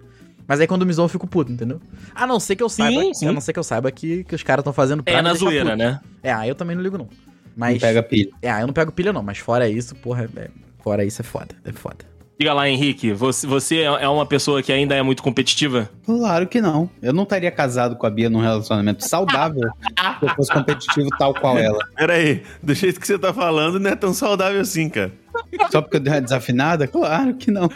Speaker 3: Mas aí quando me zoam, eu fico puto, entendeu? A não ser que eu saiba.
Speaker 2: sim.
Speaker 3: A não ser que eu saiba que, que os caras estão fazendo pra
Speaker 2: É
Speaker 3: me
Speaker 2: na
Speaker 3: deixar
Speaker 2: zoeira,
Speaker 3: puto.
Speaker 2: né?
Speaker 3: É, aí eu também não ligo, não.
Speaker 5: Não
Speaker 3: Mas.
Speaker 5: pega pilha.
Speaker 3: É, aí eu não pego pilha, não. Mas fora isso, porra, é- fora isso é foda. É foda.
Speaker 2: Diga lá, Henrique, você, você é é uma pessoa que ainda é muito competitiva?
Speaker 5: Claro que não. Eu não estaria casado com a Bia num relacionamento saudável se eu fosse competitivo tal qual ela.
Speaker 4: Pera aí, do jeito que você tá falando, não é tão saudável assim, cara.
Speaker 5: Só porque eu dei uma desafinada? Claro que não.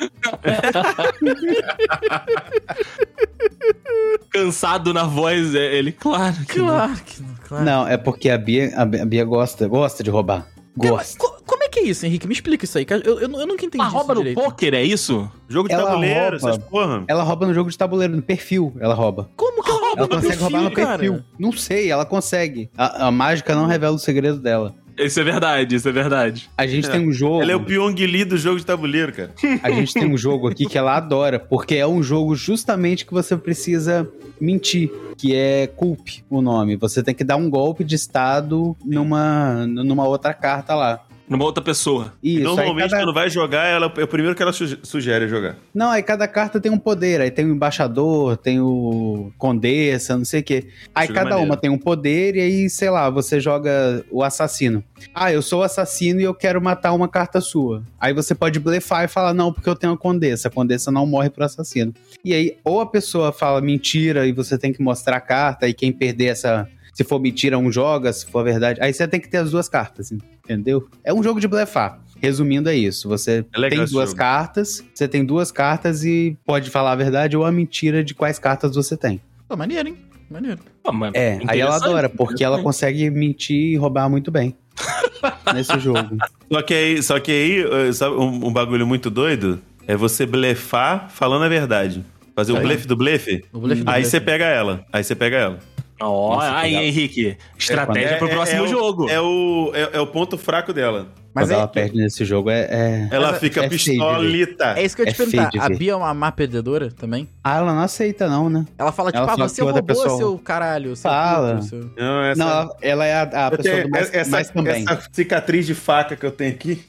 Speaker 2: cansado na voz, é, ele, claro que não.
Speaker 3: Claro que não, claro.
Speaker 5: Não, é porque a Bia, a Bia a Bia gosta, gosta de roubar.
Speaker 3: Cara, mas
Speaker 5: Gosta.
Speaker 3: co- como é que é isso, Henrique? Me explica isso aí, que eu, eu, eu nunca entendi
Speaker 2: Mas
Speaker 3: isso
Speaker 2: rouba no
Speaker 3: direito.
Speaker 2: pôquer, é isso?
Speaker 4: Jogo de
Speaker 5: Ela
Speaker 4: tabuleiro,
Speaker 5: rouba.
Speaker 4: essas porra.
Speaker 5: Ela rouba no jogo de tabuleiro, no perfil ela rouba.
Speaker 3: Como que ela rouba
Speaker 5: Ela
Speaker 3: no
Speaker 5: consegue
Speaker 3: perfil,
Speaker 5: roubar no
Speaker 3: cara?
Speaker 5: perfil. Não sei, ela consegue. A, a mágica não revela o segredo dela.
Speaker 2: Isso é verdade, isso é verdade.
Speaker 5: A gente tem um jogo.
Speaker 4: Ela é o Pyong Lee do jogo de tabuleiro, cara.
Speaker 5: A gente tem um jogo aqui que ela adora, porque é um jogo justamente que você precisa mentir, que é culpe o nome. Você tem que dar um golpe de estado numa, numa outra carta lá.
Speaker 2: numa outra pessoa.
Speaker 5: Isso, aí
Speaker 4: Normalmente,
Speaker 5: cada-
Speaker 4: quando vai jogar, ela, é o primeiro que ela suge- sugere jogar.
Speaker 5: Não, aí cada carta tem um poder. Aí tem o embaixador, tem o condessa, não sei o quê. Aí
Speaker 4: Isso é
Speaker 5: cada
Speaker 4: maneiro.
Speaker 5: uma tem um poder e aí, sei lá, você joga o assassino. Ah, eu sou o assassino e eu quero matar uma carta sua. Aí você pode blefar e falar, não, porque eu tenho a condessa. A condessa não morre pro assassino. E aí, ou a pessoa fala mentira e você tem que mostrar a carta e quem perder essa... Se for mentira, um joga, se for verdade. Aí você tem que ter as duas cartas, entendeu? É um jogo de blefar. Resumindo, é isso. Você
Speaker 4: É legal
Speaker 5: tem
Speaker 4: esse
Speaker 5: duas
Speaker 4: jogo.
Speaker 5: cartas, você tem duas cartas e pode falar a verdade ou a mentira de quais cartas você tem.
Speaker 3: Pô, maneiro, hein? Maneiro.
Speaker 2: Pô, mas
Speaker 5: É, aí ela
Speaker 2: interessante,
Speaker 5: adora, porque ela
Speaker 2: interessante.
Speaker 5: consegue mentir e roubar muito bem nesse jogo.
Speaker 4: Só que aí, só que aí eh, sabe um, um bagulho muito doido é você blefar falando a verdade. Fazer
Speaker 5: Tá
Speaker 4: o
Speaker 3: Aí.
Speaker 4: blefe do blefe.
Speaker 3: O blefe do
Speaker 4: Aí
Speaker 3: blefe.
Speaker 4: você pega ela. Aí você pega ela.
Speaker 2: Ó, aí,
Speaker 5: Nossa, que legal. É,
Speaker 2: Henrique. Estratégia é pro próximo
Speaker 4: o-
Speaker 2: jogo.
Speaker 4: É o, é, é o ponto fraco dela.
Speaker 3: Mas
Speaker 5: Quando ela
Speaker 3: é,
Speaker 5: perde nesse jogo, é. é-
Speaker 4: Ela
Speaker 3: Mas
Speaker 4: fica
Speaker 5: é feio de ver.
Speaker 4: pistolita.
Speaker 3: é isso que eu ia te
Speaker 5: É feio
Speaker 3: perguntar.
Speaker 5: de
Speaker 3: A
Speaker 5: ver.
Speaker 3: Bia é uma má perdedora também?
Speaker 5: Ah, ela não aceita, não, né?
Speaker 3: Ela fala, tipo,
Speaker 5: Ela
Speaker 3: ah,
Speaker 5: fala
Speaker 3: você
Speaker 5: que outra
Speaker 3: roubou
Speaker 5: pessoa- é um-"
Speaker 3: seu caralho, seu
Speaker 5: Fala.
Speaker 3: puto, seu...
Speaker 4: Não, essa,
Speaker 5: Não, ela, ela é a, a
Speaker 4: eu
Speaker 5: pessoa
Speaker 4: tenho-
Speaker 5: do mais,
Speaker 4: essa-
Speaker 5: mais também.
Speaker 4: essa cicatriz de faca que eu tenho aqui.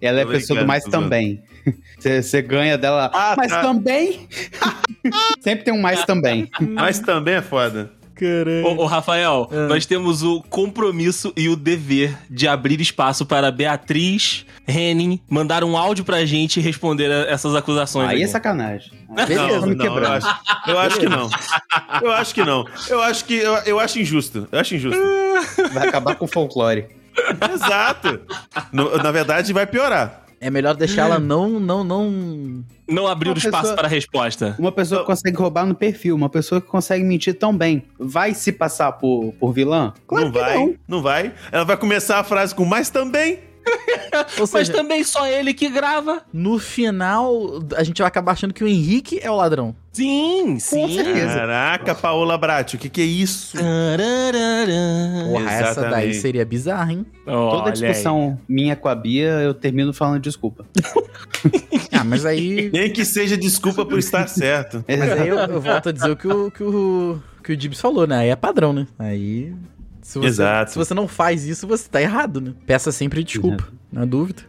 Speaker 5: Ela é a
Speaker 4: Tô
Speaker 5: pessoa
Speaker 4: brincando,
Speaker 5: do mais
Speaker 4: tô zoando.
Speaker 5: também. Você você ganha dela.
Speaker 4: Ah,
Speaker 5: mas
Speaker 4: tá.
Speaker 5: também? Sempre tem um mais também.
Speaker 4: Mas também é foda.
Speaker 3: Caralho.
Speaker 2: Ô, ô, Rafael,
Speaker 5: É.
Speaker 2: nós temos o compromisso e o dever de abrir espaço para Beatriz Henning mandar um áudio pra gente e responder a- essas acusações.
Speaker 5: Aí é
Speaker 2: aqui.
Speaker 5: sacanagem.
Speaker 3: Beleza,
Speaker 5: Tá
Speaker 4: não, não,
Speaker 5: me
Speaker 4: eu
Speaker 5: quebrando.
Speaker 4: acho, eu acho que não. Eu acho que não. Eu acho que eu, eu acho injusto. Eu acho injusto.
Speaker 5: Vai acabar com o folclore.
Speaker 4: Exato. No- na verdade, vai piorar.
Speaker 3: É melhor deixar ela não, não, não...
Speaker 2: Não abrir
Speaker 5: Uma
Speaker 2: espaço
Speaker 5: pessoa-
Speaker 2: para a resposta.
Speaker 5: Uma pessoa que consegue roubar no perfil, uma pessoa que consegue mentir tão bem, vai se passar por, por vilã? Claro
Speaker 4: não
Speaker 5: que
Speaker 4: vai,
Speaker 5: não.
Speaker 4: não. vai. Ela vai começar a frase com mais também.
Speaker 3: Ou
Speaker 2: Mas
Speaker 3: seja,
Speaker 2: também só ele que grava.
Speaker 3: no final, a gente vai acabar achando que o Henrique é o ladrão.
Speaker 2: Sim, sim.
Speaker 5: certeza. Beleza.
Speaker 4: Caraca, Paola Bratti, o que, que é isso?
Speaker 2: Tararara.
Speaker 3: Porra, essa daí
Speaker 4: Exatamente.
Speaker 3: seria bizarra, hein?
Speaker 2: Olha
Speaker 5: Toda
Speaker 2: aí.
Speaker 5: discussão minha com a Bia, eu termino falando desculpa.
Speaker 3: Ah, mas aí...
Speaker 4: Nem que seja desculpa por estar certo.
Speaker 5: É,
Speaker 3: Mas aí eu, eu volto a dizer o que o, que o, que o Dibs falou, né? Aí é padrão, né? Aí. Se você,
Speaker 4: Exato.
Speaker 3: se você não faz isso, você tá errado, né? Peça sempre desculpa, na dúvida.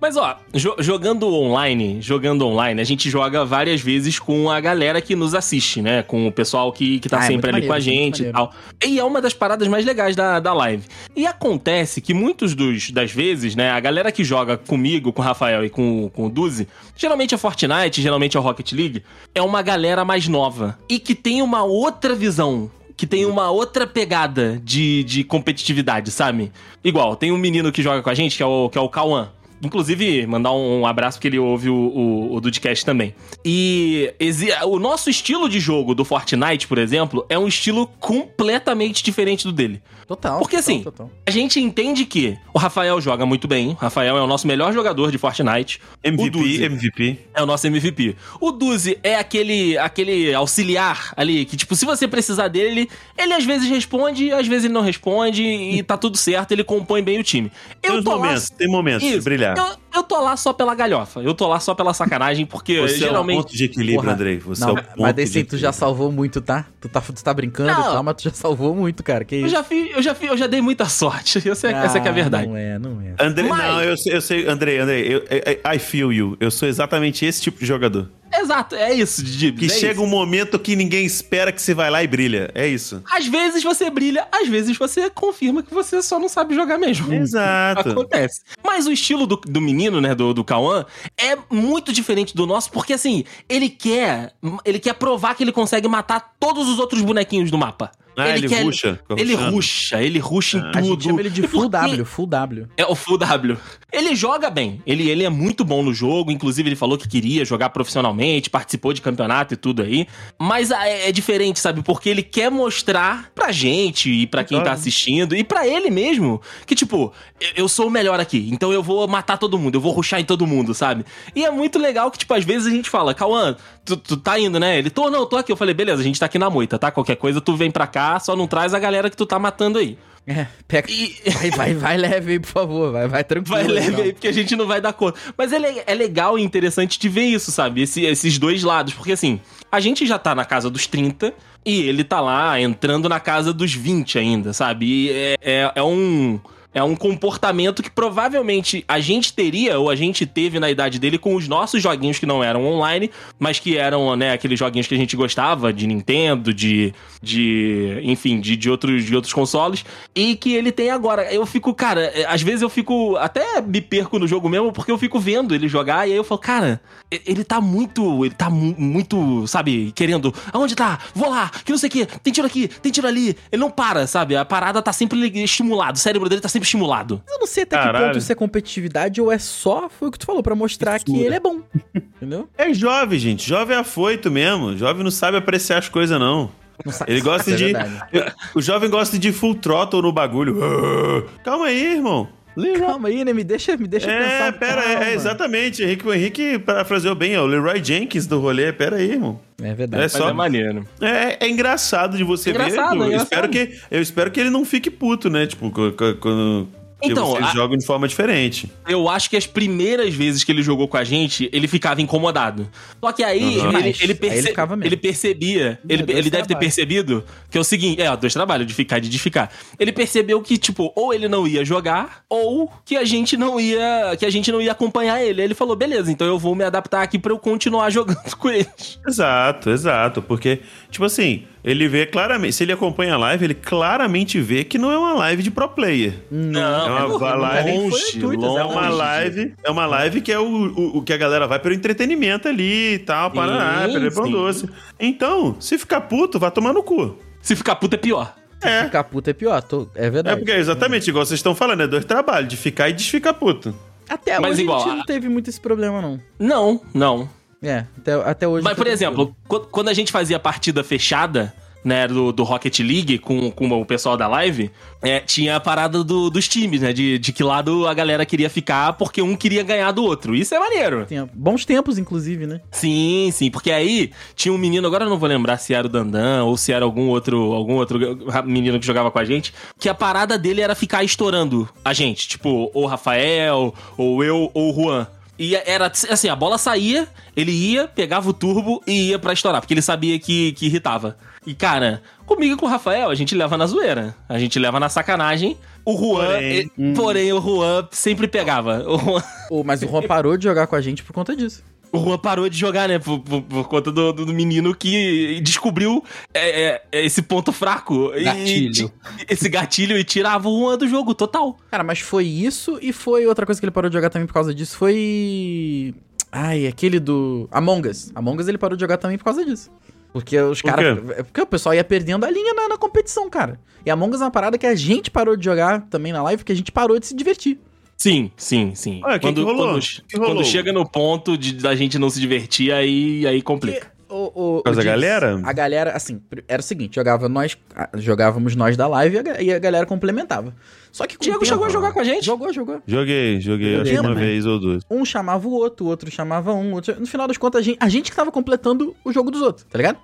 Speaker 2: Mas ó, jo- jogando online, jogando online, a gente joga várias vezes com a galera que nos assiste, né? Com o pessoal que, que tá
Speaker 3: Ah, é muito
Speaker 2: sempre ali com a
Speaker 3: maneiro, muito
Speaker 2: gente e tal. E é uma das paradas mais legais da, da live. E acontece que muitos dos, das vezes, né, a galera que joga comigo, com o Rafael e com, o- com o Duzi, geralmente é Fortnite, geralmente é Rocket League, é uma galera mais nova. E que tem uma outra visão. Que tem uma outra pegada de, de competitividade, sabe? Igual, tem um menino que joga com a gente, que é o, que é o Cauã. Inclusive, mandar um, um abraço porque ele ouve o, o, o Dudcast também. E exi- o nosso estilo de jogo do Fortnite, por exemplo, é um estilo completamente diferente do dele.
Speaker 3: Total.
Speaker 2: Porque,
Speaker 3: total,
Speaker 2: assim,
Speaker 3: total.
Speaker 2: A gente entende que o Rafael joga muito bem, o Rafael é o nosso melhor jogador de Fortnite, O Duzi.
Speaker 4: MVP, MVP.
Speaker 2: é o nosso MVP. O Duzi é aquele aquele auxiliar ali que tipo, se você precisar dele, ele às vezes responde, às vezes ele não responde e tá tudo certo, ele compõe bem o time.
Speaker 4: Tem
Speaker 2: Eu
Speaker 4: uns
Speaker 2: tô lá
Speaker 4: momentos, tem momentos de
Speaker 2: Isso.
Speaker 4: brilhar.
Speaker 2: eu, eu tô lá só pela galhofa. Eu tô lá só pela sacanagem, porque
Speaker 4: Você é um
Speaker 2: geralmente.
Speaker 4: ponto de equilíbrio,
Speaker 3: Porra,
Speaker 4: Andrei. Você
Speaker 3: Não,
Speaker 4: é um ponto
Speaker 3: mas desse
Speaker 4: de
Speaker 3: aí tu já
Speaker 4: equilíbrio.
Speaker 3: salvou muito, tá? Tu tá, tu tá brincando
Speaker 2: Não.
Speaker 3: e tal, mas tu já salvou muito, cara. Que
Speaker 2: eu
Speaker 3: isso?
Speaker 2: já fiz, eu já fiz, eu já dei muita sorte. Essa, é- essa que é a
Speaker 3: Ah,
Speaker 2: verdade.
Speaker 3: Não é, não é.
Speaker 4: Andrei,
Speaker 2: Mas-
Speaker 4: não, eu sei, eu sei, Andrei, Andrei, eu, I, I feel you. Eu sou exatamente esse tipo de jogador.
Speaker 2: Exato, é isso, Dibs.
Speaker 4: Que
Speaker 2: é
Speaker 4: chega
Speaker 2: isso.
Speaker 4: um momento que ninguém espera que você vai lá e brilha. É isso.
Speaker 2: Às vezes você brilha, às vezes você confirma que você só não sabe jogar mesmo.
Speaker 4: Exato.
Speaker 2: Acontece. Mas o estilo do, do menino, né, do, do Cauã, é muito diferente do nosso, porque assim, ele quer. Ele quer provar que ele consegue matar todos os outros bonequinhos do mapa.
Speaker 4: Ah, ele
Speaker 2: quer-
Speaker 4: ruxa, fica
Speaker 2: Ele
Speaker 4: ruxando.
Speaker 2: ruxa, ele ruxa em
Speaker 3: A
Speaker 2: tudo. É
Speaker 3: gente chama ele de
Speaker 2: E por
Speaker 3: Full
Speaker 2: quê?
Speaker 3: W, Full W.
Speaker 2: É o Full W. Ele joga bem. Ele, ele é muito bom no jogo. Inclusive, ele falou que queria jogar profissionalmente, participou de campeonato e tudo aí. Mas ah, é, é diferente, sabe? Porque ele quer mostrar pra gente e pra quem tá
Speaker 4: Claro.
Speaker 2: assistindo e pra ele mesmo que, tipo, eu- eu sou o melhor aqui. Então eu vou matar todo mundo, eu vou ruxar em todo mundo, sabe? E é muito legal que, tipo, às vezes a gente fala, Cauã, tu, tu tá indo, né? Ele, tô, não, tô aqui. Eu falei, beleza, a gente tá aqui na moita, tá? Qualquer coisa, tu vem pra cá, só não traz a galera que tu tá matando aí.
Speaker 3: É, pega.
Speaker 2: E.
Speaker 3: Vai, vai, vai leve aí, por favor. Vai, vai tranquilo.
Speaker 2: Vai leve
Speaker 3: então.
Speaker 2: aí, porque a gente não vai dar conta. Mas é, le- é legal e interessante de ver isso, sabe? Esse- esses dois lados. Porque assim, a gente já tá na casa dos 30 e ele tá lá entrando na casa dos 20 ainda, sabe? E é, é- é um. É um comportamento que provavelmente a gente teria ou a gente teve na idade dele com os nossos joguinhos que não eram online, mas que eram, né, aqueles joguinhos que a gente gostava de Nintendo, de, de enfim, de, de, outros, de outros consoles, e que ele tem agora. Eu fico, cara, é, às vezes eu fico, até me perco no jogo mesmo, porque eu fico vendo ele jogar, e aí eu falo, cara, e- ele tá muito, ele tá mu- muito, sabe, querendo, aonde tá? Vou lá, que não sei o que, tem tiro aqui, tem tiro ali, ele não para, sabe, a parada tá sempre li- estimulado, o cérebro dele tá sempre estimulado.
Speaker 3: Mas eu não sei até que
Speaker 4: Caralho.
Speaker 3: ponto isso é competitividade ou é só, foi o que tu falou, pra mostrar que
Speaker 5: Fissura.
Speaker 3: ele é bom. Entendeu?
Speaker 4: É jovem, gente. Jovem é afoito mesmo. Jovem não sabe apreciar as coisas, não.
Speaker 3: Não sabe-
Speaker 4: Ele gosta
Speaker 3: Isso é
Speaker 4: de-
Speaker 3: verdade.
Speaker 4: O jovem gosta de full throttle no bagulho. Calma aí, irmão. Leroy.
Speaker 3: Calma aí, né? Me deixa, me deixa pensar.
Speaker 4: É,
Speaker 3: um
Speaker 4: pera, é,
Speaker 3: calma.
Speaker 4: é, exatamente. Henrique, o Henrique parafraseou bem, é o Leroy Jenkins do rolê. Pera aí, irmão.
Speaker 3: É verdade.
Speaker 4: É
Speaker 2: Mas
Speaker 4: só.
Speaker 2: é maneiro.
Speaker 4: É, é engraçado de você
Speaker 2: Engraçado,
Speaker 4: ver. Eu,
Speaker 2: engraçado.
Speaker 4: espero que, eu espero que ele não fique puto, né? Tipo, co- co- quando. que
Speaker 2: Então,
Speaker 4: vocês
Speaker 2: a-
Speaker 4: jogam de forma diferente.
Speaker 2: Eu acho que as primeiras vezes que ele jogou com a gente, ele ficava incomodado. Só que aí
Speaker 4: Uhum.
Speaker 2: ele,
Speaker 3: Demais.
Speaker 2: ele,
Speaker 3: Aí ele
Speaker 2: perce...
Speaker 3: ficava mesmo.
Speaker 2: ele percebia,
Speaker 3: Meu
Speaker 2: ele,
Speaker 3: Deus,
Speaker 2: ele deve ter
Speaker 3: trabalho.
Speaker 2: percebido que é o seguinte, é, ó, dois trabalhos, de ficar e de ficar. Ele percebeu que, tipo, ou ele não ia jogar, ou que a gente não ia, que a gente não ia acompanhar ele. Aí Ele falou, beleza, então eu vou me adaptar aqui pra eu continuar jogando com eles.
Speaker 4: Exato, exato. Porque, tipo assim, ele vê claramente. Se ele acompanha a live, ele claramente vê que não é uma live de pro player.
Speaker 2: Não,
Speaker 4: é uma
Speaker 2: porra,
Speaker 4: live
Speaker 2: nem foi
Speaker 3: longe,
Speaker 2: intuito,
Speaker 3: longe.
Speaker 4: É uma
Speaker 2: exatamente.
Speaker 4: live, é uma live que é o, o, o que a galera vai pelo entretenimento ali e tal,
Speaker 2: Sim,
Speaker 4: Paraná,
Speaker 2: sim.
Speaker 4: Pão Doce. Então, se ficar puto, vai tomar no cu.
Speaker 2: Se ficar puta é pior.
Speaker 4: É.
Speaker 3: Ficar puto é pior, tô- é
Speaker 4: É
Speaker 3: verdade.
Speaker 4: porque é exatamente igual vocês estão falando, é dois trabalhos, de ficar e desficar puto.
Speaker 3: Até
Speaker 2: Mas
Speaker 3: hoje
Speaker 2: igual,
Speaker 3: a gente
Speaker 2: a-
Speaker 3: não teve muito esse problema, não.
Speaker 2: Não, não.
Speaker 3: É, até, até hoje.
Speaker 2: Mas,
Speaker 3: tá
Speaker 2: por exemplo, qu- quando a gente fazia a partida fechada, né, do, do Rocket League com, com o pessoal da live, é, tinha a parada do- dos times, né? De, de que lado a galera queria ficar porque um queria ganhar do outro. Isso é maneiro.
Speaker 3: tranquilo. Tempo. Bons tempos, inclusive, né?
Speaker 2: Sim, sim, porque aí tinha um menino, agora eu não vou lembrar se era o Dandan ou se era algum outro, algum outro menino que jogava com a gente, que a parada dele era ficar estourando a gente, tipo, ou Rafael, ou eu, ou o Juan. E era assim, a bola saía, ele ia, pegava o turbo e ia pra estourar, porque ele sabia que, que irritava. E cara, comigo e com o Rafael, a gente leva na zoeira, a gente leva na sacanagem. O Juan,
Speaker 4: Porém.
Speaker 2: ele- porém, o Juan sempre pegava. O Juan,
Speaker 3: Ô, mas o Juan parou de jogar com a gente por conta disso.
Speaker 2: o Juan parou de jogar, né? Por, por- por conta do, do menino que descobriu é, é, esse ponto fraco. E-
Speaker 5: Gatilho.
Speaker 2: e- esse gatilho e tirava o Juan do jogo, total.
Speaker 3: Cara, mas foi isso e foi outra coisa que ele parou de jogar também por causa disso. Foi. Ai, aquele do. Among Us. Among Us ele parou de jogar também por causa disso. Porque os
Speaker 4: Por
Speaker 3: caras. é Porque o pessoal ia perdendo a linha na, na competição, cara. E Among Us é uma parada que a gente parou de jogar também na live, porque a gente parou de se divertir.
Speaker 2: Sim, sim, sim.
Speaker 4: Ué, o que que rolou?
Speaker 2: Quando,
Speaker 4: O que que rolou?
Speaker 2: quando chega no ponto de, da gente não se divertir, aí, aí complica.
Speaker 3: O, o,
Speaker 4: Por causa
Speaker 3: o
Speaker 4: da
Speaker 3: Dix,
Speaker 4: galera?
Speaker 3: A galera, assim, pr- era o seguinte: jogava nós, a- jogávamos nós da live e a, ga- e a galera complementava. Só que com
Speaker 2: O Diego
Speaker 3: o tempo-
Speaker 2: chegou a jogar com a gente.
Speaker 3: Jogou, jogou.
Speaker 4: Joguei, joguei,
Speaker 3: Meu
Speaker 4: acho que
Speaker 3: Deus,
Speaker 4: uma
Speaker 3: né?
Speaker 4: vez ou duas.
Speaker 3: um chamava o outro, o outro chamava um, o outro... no final das contas a gente, a gente que tava completando o jogo dos outros, tá ligado?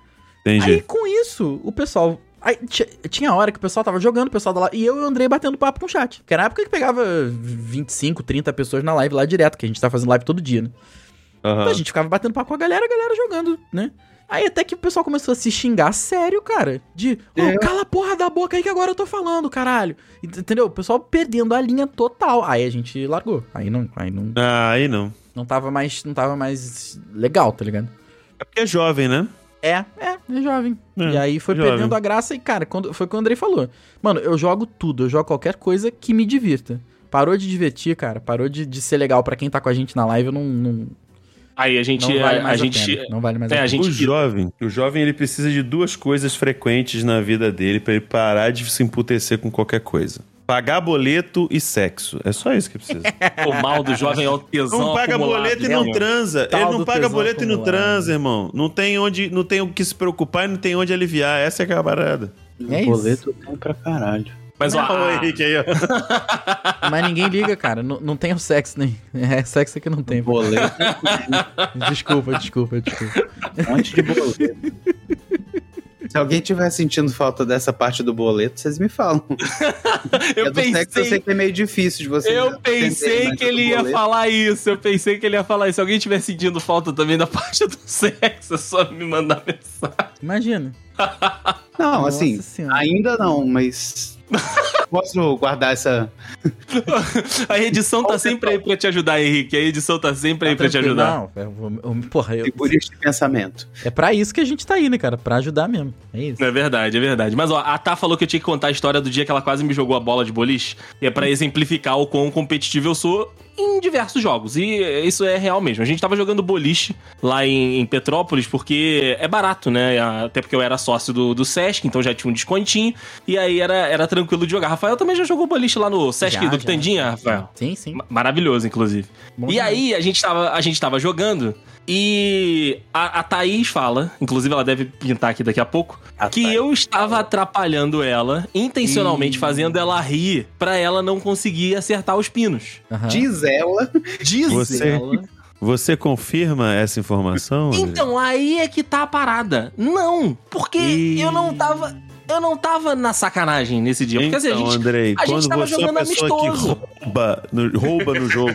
Speaker 3: Aí
Speaker 4: Entendi.
Speaker 3: com isso, o pessoal aí, ti- tinha hora que o pessoal tava jogando, o pessoal da lá e eu e o Andrei batendo papo com o chat. Que era na época que pegava 25, 30 pessoas na live lá direto, que a gente tá fazendo live todo dia, né?
Speaker 4: Aham.
Speaker 3: Então a gente ficava batendo papo com a galera, a galera jogando, né? Aí até que o pessoal começou a se xingar sério, cara. De, ô, cala a porra da boca aí que agora eu tô falando, caralho. Ent- Entendeu? O pessoal perdendo a linha total. Aí a gente largou. Aí não, aí não,
Speaker 4: Ah, aí não.
Speaker 3: não tava mais, não tava mais legal, tá ligado?
Speaker 4: É porque é jovem, né?
Speaker 3: É, é, é jovem.
Speaker 4: É,
Speaker 3: e aí foi
Speaker 4: jovem.
Speaker 3: perdendo a graça e, cara, quando, foi o que o Andrei falou. Mano, eu jogo tudo, eu jogo qualquer coisa que me divirta. Parou de divertir, cara, parou de, de ser legal pra quem tá com a gente na live, eu não, não,
Speaker 2: Aí a gente. é,
Speaker 3: não vale
Speaker 2: a, a
Speaker 3: mais a,
Speaker 2: gente
Speaker 3: pena. Não vale mais
Speaker 2: é, a
Speaker 4: O
Speaker 2: gente
Speaker 4: jovem, o jovem ele precisa de duas coisas frequentes na vida dele pra ele parar de se emputecer com qualquer coisa. Pagar boleto e sexo. É só isso que precisa.
Speaker 2: o mal do jovem é o tesão.
Speaker 4: Não paga
Speaker 2: acumulado,
Speaker 4: boleto e
Speaker 2: né,
Speaker 4: não
Speaker 2: meu?
Speaker 4: transa.
Speaker 3: Tal
Speaker 4: Ele
Speaker 3: do
Speaker 4: não paga
Speaker 3: tesão
Speaker 4: boleto e não
Speaker 3: acumulado.
Speaker 4: transa, irmão. Não tem onde, não tem o que se preocupar e não tem onde aliviar. Essa é que é a parada.
Speaker 3: É isso.
Speaker 5: boleto tem pra caralho.
Speaker 2: Mas ó,
Speaker 4: Olha o
Speaker 2: a,
Speaker 4: Henrique aí, ó.
Speaker 3: Mas ninguém liga, cara, não, não tem o sexo nem. É sexo que não tem.
Speaker 5: Boleto,
Speaker 3: Desculpa, desculpa, desculpa.
Speaker 5: um monte de boleto. Se alguém tiver sentindo falta dessa parte do boleto, vocês me falam.
Speaker 2: eu
Speaker 5: do sexo eu
Speaker 2: pensei
Speaker 5: sei que é meio difícil de vocês.
Speaker 2: Eu
Speaker 5: entenderem,
Speaker 2: pensei
Speaker 5: mas
Speaker 2: que
Speaker 5: do
Speaker 2: ele ia
Speaker 5: boleto-
Speaker 2: falar isso, eu pensei que ele ia falar isso. Se alguém tiver sentindo falta também da parte do sexo, é só me mandar mensagem.
Speaker 3: Imagina.
Speaker 5: Não, assim,
Speaker 3: Nossa senhora.
Speaker 5: ainda não, mas. posso guardar essa.
Speaker 2: A edição tá sempre aí pra te ajudar, Henrique. A edição tá sempre aí pra te ajudar.
Speaker 3: Não, eu- eu- eu- porra, eu-
Speaker 5: figurinha de pensamento.
Speaker 3: é pra isso que a gente tá aí, né, cara? Pra ajudar mesmo. É isso.
Speaker 2: É verdade, é verdade. Mas ó, a Tá falou que eu tinha que contar a história do dia que ela quase me jogou a bola de boliche. E é
Speaker 3: Hum.
Speaker 2: pra exemplificar o quão competitivo eu sou em diversos jogos. E isso é real mesmo. A gente tava jogando boliche lá em, em Petrópolis porque é barato, né? Até porque eu era sócio do, do Sesc, então já tinha um descontinho. E aí era, era tranquilo de jogar. Rafael também já jogou boliche lá no Sesc
Speaker 3: Já,
Speaker 2: do
Speaker 3: já.
Speaker 2: Pitandinha, Rafael.
Speaker 3: Sim, sim.
Speaker 2: Ma- Maravilhoso, inclusive.
Speaker 3: Bom
Speaker 2: e
Speaker 3: demais.
Speaker 2: aí, a gente, tava, a gente tava jogando e a, a Thaís fala, inclusive ela deve pintar aqui daqui a pouco, que eu estava atrapalhando ela, intencionalmente fazendo ela rir, pra ela não conseguir acertar os pinos.
Speaker 3: Aham.
Speaker 5: Diz ela.
Speaker 2: Diz
Speaker 4: Você-
Speaker 2: ela.
Speaker 4: Você confirma essa informação? André?
Speaker 2: Então, aí é que tá a parada. Não, porque
Speaker 4: Ih.
Speaker 2: eu não tava. Eu não tava na sacanagem nesse dia. Porque assim, a
Speaker 4: Então,
Speaker 2: gente.
Speaker 4: Andrei,
Speaker 2: a gente
Speaker 4: quando
Speaker 2: tava
Speaker 4: você é uma
Speaker 2: jogando
Speaker 4: pessoa
Speaker 2: amistoso.
Speaker 4: que rouba no, rouba no jogo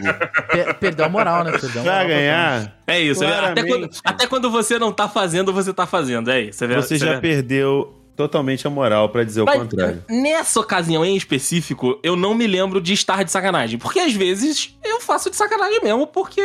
Speaker 3: Per- perdeu a moral, né? Perdeu a moral
Speaker 4: pra
Speaker 3: pra
Speaker 4: ganhar,
Speaker 2: É isso, é verdade. até quando,
Speaker 4: Claramente.
Speaker 2: até quando você não tá fazendo, você tá fazendo. É isso, é verdade.
Speaker 4: você
Speaker 2: isso é
Speaker 4: já
Speaker 2: verdade.
Speaker 4: perdeu totalmente a moral, pra dizer o
Speaker 2: Mas,
Speaker 4: contrário.
Speaker 2: Nessa ocasião em específico, eu não me lembro de estar de sacanagem. Porque às vezes eu faço de sacanagem mesmo, porque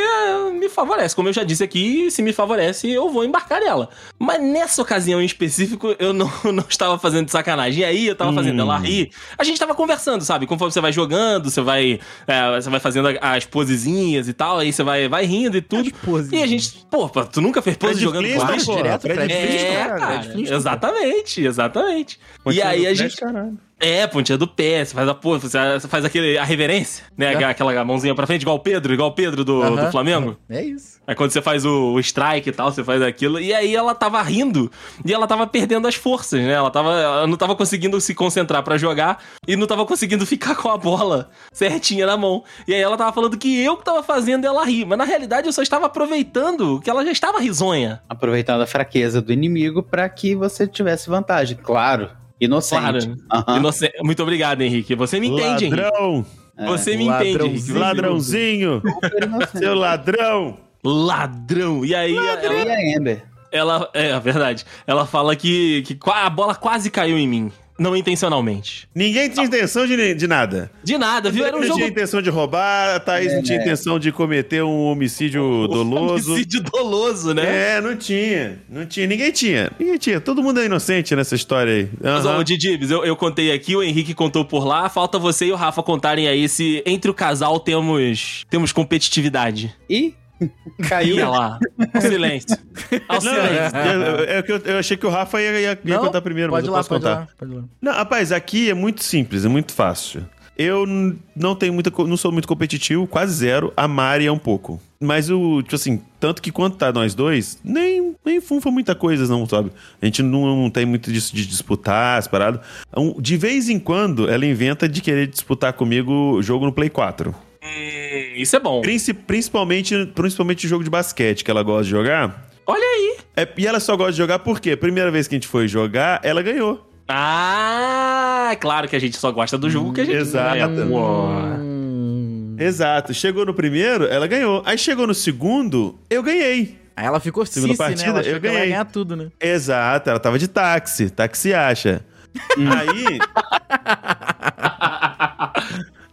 Speaker 2: me favorece. Como eu já disse aqui, se me favorece, eu vou embarcar nela. Mas nessa ocasião em específico, eu não, não estava fazendo de sacanagem. E aí eu tava fazendo
Speaker 4: Hum.
Speaker 2: ela rir. A gente tava conversando, sabe? Conforme você vai jogando, você vai, é, você vai fazendo a- as posezinhas e tal, aí você vai, vai rindo e tudo.
Speaker 3: pose.
Speaker 2: E a gente, pô, pô, tu nunca fez pose
Speaker 4: Fred
Speaker 2: jogando
Speaker 4: Flintstone,
Speaker 2: boate?
Speaker 4: pô.
Speaker 3: Tipo, assim, direto,
Speaker 4: Fred
Speaker 3: Fred
Speaker 4: Flintstone.
Speaker 2: né? É,
Speaker 3: cara,
Speaker 2: cara,
Speaker 3: Fred Flintstone.
Speaker 2: exatamente, exatamente.
Speaker 4: Continua
Speaker 2: e aí a
Speaker 4: com
Speaker 2: gente.
Speaker 4: Fred, caralho.
Speaker 2: É, pontinha do pé, você faz a porra, você faz aquele, a reverência, né?
Speaker 3: É.
Speaker 2: Aquela mãozinha pra frente, igual o Pedro, igual o Pedro do,
Speaker 3: Aham.
Speaker 2: do Flamengo.
Speaker 3: É isso.
Speaker 2: Aí quando você faz o, o strike e tal, você faz aquilo. E aí ela tava rindo e ela tava perdendo as forças, né? Ela, tava, ela não tava conseguindo se concentrar pra jogar e não tava conseguindo ficar com a bola certinha na mão. E aí ela tava falando que eu que tava fazendo ela rir. Mas na realidade eu só estava aproveitando que ela já estava risonha.
Speaker 5: Aproveitando a fraqueza do inimigo pra que você tivesse vantagem. Claro. Inocente.
Speaker 2: Claro.
Speaker 5: Aham.
Speaker 2: Inocen- Muito obrigado, Henrique. Você me entende, Henrique.
Speaker 4: Ladrão,
Speaker 5: É.
Speaker 2: Você me entende, Henrique.
Speaker 4: ladrãozinho,
Speaker 5: Super inocente.
Speaker 4: seu ladrão.
Speaker 2: Ladrão! E aí, ela,
Speaker 5: E a Amber?
Speaker 2: ela- É, é verdade. Ela fala que, que qua- a bola quase caiu em mim. Não intencionalmente.
Speaker 4: Ninguém tinha intenção de, de nada.
Speaker 2: De nada, viu? Ah. Era um
Speaker 4: não
Speaker 2: jogo. É.
Speaker 4: tinha intenção de roubar, a Thaís não tinha intenção de cometer um homicídio doloso.
Speaker 2: Homicídio doloso, né?
Speaker 4: É, não tinha. Não tinha. Ninguém tinha. Ninguém tinha. Todo mundo é inocente nessa história aí.
Speaker 2: Mas,
Speaker 4: Aham.
Speaker 2: ó, Didibs, eu, eu contei aqui, o Henrique contou por lá. Falta você e o Rafa contarem aí se entre o casal temos temos competitividade.
Speaker 5: E caiu.
Speaker 2: Ih, olha lá. Ao silêncio. Ao
Speaker 4: Não,
Speaker 2: silêncio.
Speaker 4: eu, eu- eu- eu achei que o Rafa ia, ia- ia
Speaker 3: Não?
Speaker 4: contar primeiro,
Speaker 3: Pode
Speaker 4: mas
Speaker 3: ir
Speaker 4: eu
Speaker 3: lá,
Speaker 4: posso
Speaker 3: pode ir
Speaker 4: contar.
Speaker 3: lá, pode ir lá.
Speaker 4: Não, rapaz, aqui é muito simples, é muito fácil. Eu n- não tenho muita, co- não sou muito competitivo, quase zero. A Mari é um pouco. Mas o, tipo assim, tanto que quanto tá nós dois, nem, nem funfa muita coisa, não, sabe? A gente não, não tem muito disso de disputar as paradas. Um- De vez em quando, ela inventa de querer disputar comigo o jogo no Play 4.
Speaker 2: Hum, isso é bom.
Speaker 4: Princi- principalmente, principalmente jogo de basquete que ela gosta de jogar.
Speaker 2: Olha aí.
Speaker 4: É, e ela só gosta de jogar porque, primeira vez que a gente foi jogar, ela ganhou.
Speaker 2: Ah, claro que a gente só gosta do jogo que a gente
Speaker 4: Exato.
Speaker 2: É, pô.
Speaker 3: Hum.
Speaker 4: Exato. Chegou no primeiro, ela ganhou. Aí chegou no segundo, eu ganhei.
Speaker 3: Aí ela ficou
Speaker 4: Segunda
Speaker 3: cici, né? Ela
Speaker 4: partida,
Speaker 3: achou
Speaker 4: eu
Speaker 3: que ela ia
Speaker 4: ganhei.
Speaker 3: ganhar tudo, né?
Speaker 4: Exato, ela tava de táxi, táxi acha. Aí.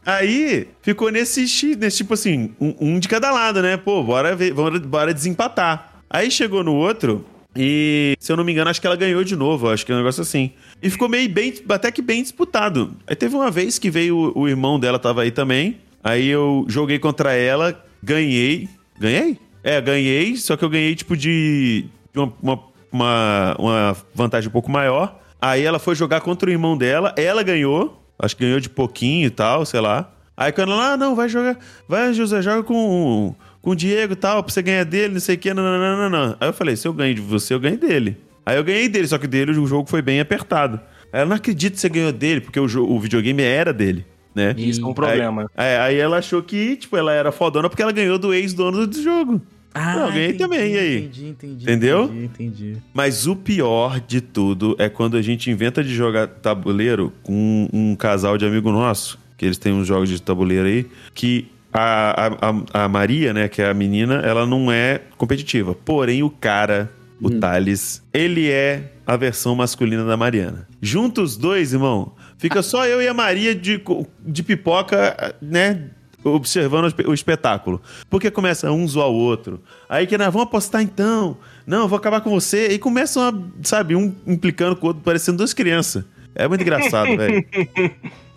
Speaker 4: Aí ficou nesse, chi- nesse tipo assim, um, um de cada lado, né? Pô, bora, ver, bora, bora desempatar. Aí chegou no outro e, se eu não me engano, acho que ela ganhou de novo, acho que é um negócio assim. E ficou meio bem, até que bem disputado. Aí teve uma vez que veio o, o irmão dela, tava aí também. Aí eu joguei contra ela, ganhei. Ganhei? É, ganhei, só que eu ganhei tipo de de uma- uma, uma, uma vantagem um pouco maior. Aí ela foi jogar contra o irmão dela, ela ganhou, acho que ganhou de pouquinho e tal, sei lá. Aí quando ela, ah, não, vai jogar, vai, José, joga com, um, com o Diego e tal, pra você ganhar dele, não sei o que, não, não, não, não, não. Aí eu falei, se eu ganho de você, eu ganho dele. Aí eu ganhei dele, só que dele o jogo foi bem apertado. Aí ela, não acredito que você ganhou dele, porque o, jo- o videogame era dele, né?
Speaker 2: Isso é um problema.
Speaker 4: Aí, aí- aí ela achou que, tipo, ela era fodona porque ela ganhou do ex-dono do jogo. Não, eu ganhei também, e aí?
Speaker 3: Ah, Entendi, entendi.
Speaker 4: Entendeu?
Speaker 3: Entendi, entendi.
Speaker 4: Mas o pior de tudo é quando a gente inventa de jogar tabuleiro com um casal de amigo nosso, que eles têm uns jogos de tabuleiro aí, que a, a, a- a Maria, né, que é a menina, ela não é competitiva. Porém, o cara, o Thales, ele é a versão masculina da Mariana. Juntos os dois, irmão, Fica só eu e a Maria de, co- de pipoca, né? Observando o espe- o espetáculo. Porque começa um zoar o outro. Aí que nós vamos apostar então. Não, eu vou acabar com você. E começam a, sabe, um implicando com o outro, parecendo duas crianças. É muito engraçado, velho.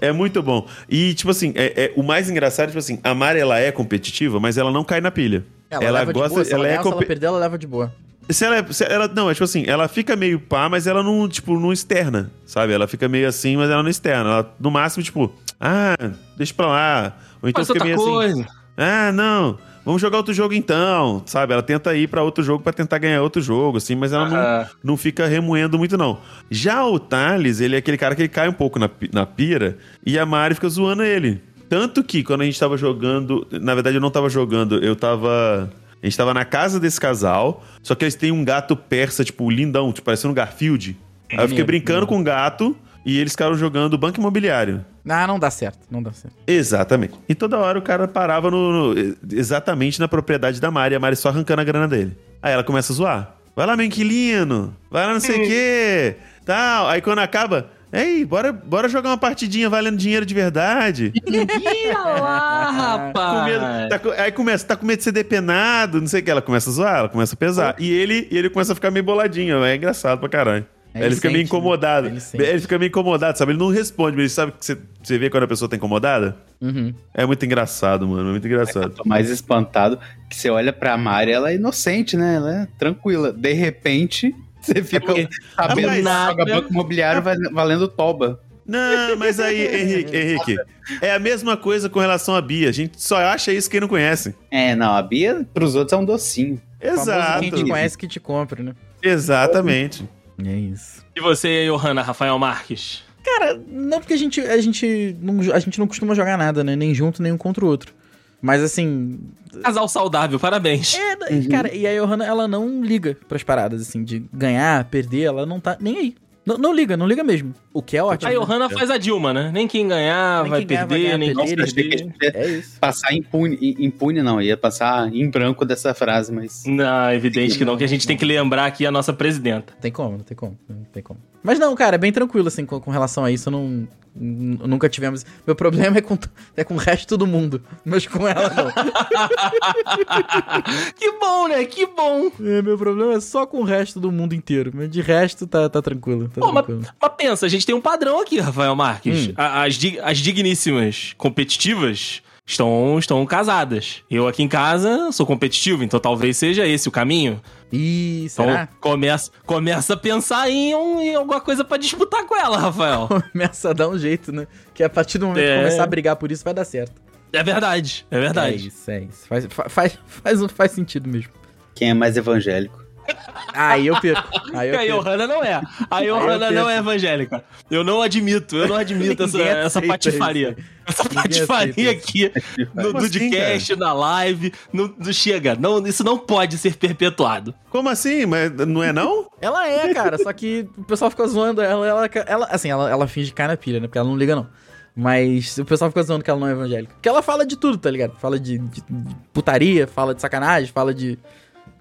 Speaker 4: É muito bom. E, tipo assim, é, é- o mais engraçado, tipo assim, a Mari, ela é competitiva, mas ela não cai na pilha. Ela,
Speaker 3: leva de
Speaker 4: gosta,
Speaker 3: boa, se ela,
Speaker 4: ela, é
Speaker 3: ganhar, se ela
Speaker 4: compe-
Speaker 3: perder, ela leva de boa.
Speaker 4: se ela, é- se ela- não, é tipo assim, ela fica meio pá, mas ela não, tipo, não externa, sabe? Ela fica meio assim, mas ela não externa. Ela, no máximo, tipo, ah, deixa pra lá. Ou então
Speaker 2: Faz outra
Speaker 4: fica meio assim,
Speaker 2: coisa.
Speaker 4: ah, não, vamos jogar outro jogo então, sabe? Ela tenta ir pra outro jogo pra tentar ganhar outro jogo, assim, mas ela não,
Speaker 2: Ah,
Speaker 4: não fica remoendo muito, não. Já o Thales, ele é aquele cara que ele cai um pouco na, pi- na pira e a Mari fica zoando ele. Tanto que quando a gente tava jogando. Na verdade, eu não tava jogando, eu tava. A gente tava na casa desse casal, só que eles têm um gato persa, tipo, lindão, tipo, parecendo um Garfield. Aí eu fiquei
Speaker 3: Maneiro,
Speaker 4: brincando
Speaker 3: maneiro.
Speaker 4: com o gato e eles ficaram jogando banco imobiliário.
Speaker 3: Ah, não dá certo, não dá certo.
Speaker 4: Exatamente. E toda hora o cara parava no, no- exatamente na propriedade da Mari, a Mari só arrancando a grana dele. Aí ela começa a zoar. Vai lá, meu inquilino. Vai lá, não sei o quê. Tal. Aí quando acaba, ei, bora, bora jogar uma partidinha valendo dinheiro de verdade.
Speaker 2: Ia lá,
Speaker 4: Com medo-
Speaker 2: rapaz.
Speaker 4: tá com- aí começa, tá com medo de ser depenado, não sei o que. Ela começa a zoar, ela começa a pesar. E ele, e ele começa a ficar meio boladinho, é engraçado pra caralho.
Speaker 3: É,
Speaker 4: Aí ele,
Speaker 3: ele
Speaker 4: fica meio
Speaker 3: sente, né?
Speaker 4: incomodado.
Speaker 3: Ele
Speaker 4: Ele,
Speaker 3: sente.
Speaker 4: fica meio incomodado, sabe? Ele não responde, mas ele sabe que você, você vê quando a pessoa tá incomodada?
Speaker 3: Uhum.
Speaker 4: É muito engraçado, mano. É muito engraçado.
Speaker 5: Tô mais espantado que você olha pra Mari, ela é inocente, né? Ela é tranquila. De repente, você fica
Speaker 2: porque-
Speaker 5: sabendo
Speaker 4: Ah,
Speaker 5: que
Speaker 4: mas-
Speaker 5: joga banco imobiliário val- valendo toba.
Speaker 4: Não, mas aí, Henrique, Henrique, é a mesma coisa com relação à Bia. A gente só acha isso quem não conhece.
Speaker 5: É, não, a Bia pros outros é um docinho.
Speaker 3: Famoso
Speaker 4: Exato.
Speaker 3: Quem te conhece que te compra, né?
Speaker 4: Exatamente.
Speaker 3: É isso.
Speaker 2: E você, Johanna, Rafael Marques?
Speaker 3: Cara, não porque a gente, a gente, não, a gente não costuma jogar nada, né? Nem junto, nem um contra o outro. Mas assim,
Speaker 2: Casal saudável, parabéns.
Speaker 3: É, da- cara, e a Johanna, ela não liga pras paradas, assim, de ganhar, perder, ela não tá nem aí. Não, não liga, não liga mesmo. O que é ótimo.
Speaker 2: A
Speaker 3: né?
Speaker 2: Johanna faz a Dilma, né? Nem quem ganhar,
Speaker 3: Nem
Speaker 2: vai,
Speaker 3: quem ganhar
Speaker 2: perder,
Speaker 3: vai ganhar,
Speaker 2: nem quem
Speaker 3: perder,
Speaker 5: Achei que a
Speaker 2: perder.
Speaker 5: gente ia
Speaker 3: É isso.
Speaker 5: passar impune, i- impune não, ia passar em branco dessa frase, mas...
Speaker 2: Não, evidente que não, que a gente tem que lembrar aqui a nossa presidenta.
Speaker 3: Não tem como, não tem como, não tem como. Mas não, cara, é bem tranquilo, assim, com, com relação a isso, eu não. n- Nunca tivemos. Meu problema é com, t- é com o resto do mundo, mas com ela não.
Speaker 2: que bom, né? Que bom.
Speaker 3: É, meu problema é só com o resto do mundo inteiro. Mas de resto tá, tá tranquilo. Tá
Speaker 2: Pô, mas,
Speaker 3: tranquilo.
Speaker 2: mas pensa, a gente tem um padrão aqui, Rafael Marques.
Speaker 3: Hum.
Speaker 2: A- As, dig- as digníssimas competitivas estão, estão casadas. Eu aqui em casa sou competitivo, então talvez seja esse o caminho.
Speaker 3: Ih,
Speaker 2: Então
Speaker 3: será?
Speaker 2: começa, começa a pensar em, um- em alguma coisa pra disputar com ela, Rafael.
Speaker 3: Começa a dar um jeito, né? Que a partir do momento
Speaker 2: É.
Speaker 3: que começar a brigar por isso, vai dar certo.
Speaker 2: é verdade, é
Speaker 3: É
Speaker 2: verdade.
Speaker 3: isso, é isso. Faz, fa- faz, faz, um, faz sentido mesmo.
Speaker 5: Quem é mais evangélico?
Speaker 3: Aí eu perco.
Speaker 2: E
Speaker 3: Aí
Speaker 2: a
Speaker 3: eu perco.
Speaker 2: Johanna não é. A Johanna
Speaker 3: eu
Speaker 2: não
Speaker 3: penso.
Speaker 2: é evangélica. Eu não admito, eu não admito essa,
Speaker 3: Ninguém
Speaker 2: essa
Speaker 3: aceita
Speaker 2: patifaria. Essa
Speaker 3: Ninguém
Speaker 2: patifaria
Speaker 3: aceita
Speaker 2: aqui no
Speaker 4: Como assim,
Speaker 2: podcast, na live. Não, não chega. Não, isso não pode ser perpetuado.
Speaker 4: Como assim? Mas não é não?
Speaker 3: Ela é, cara, só que o pessoal fica zoando ela. Ela, ela assim, ela, ela finge cara na pilha, né? Porque ela não liga, não. Mas o pessoal fica zoando que ela não é evangélica. Porque ela fala de tudo, tá ligado? Fala de, de- de putaria, fala de sacanagem, fala de.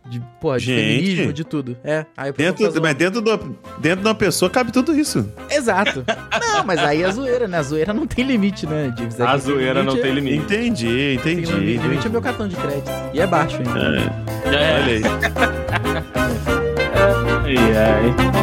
Speaker 3: De, porra, de
Speaker 4: Gente.
Speaker 3: feminismo, de tudo. É. Aí o pessoal
Speaker 4: Dentro,
Speaker 3: fica zoando.
Speaker 4: mas dentro, do, dentro de uma pessoa cabe tudo isso.
Speaker 3: Exato. Não, mas aí é zoeira, né? A zoeira não tem limite, né, James? É que
Speaker 2: A
Speaker 3: tem
Speaker 2: zoeira não tem limite.
Speaker 4: Entendi,
Speaker 3: Tem
Speaker 4: entendi.
Speaker 3: limite,
Speaker 4: entendi.
Speaker 3: limite é meu cartão de crédito. E é baixo ainda.
Speaker 2: É.
Speaker 4: Olha aí.
Speaker 2: Ai, ai.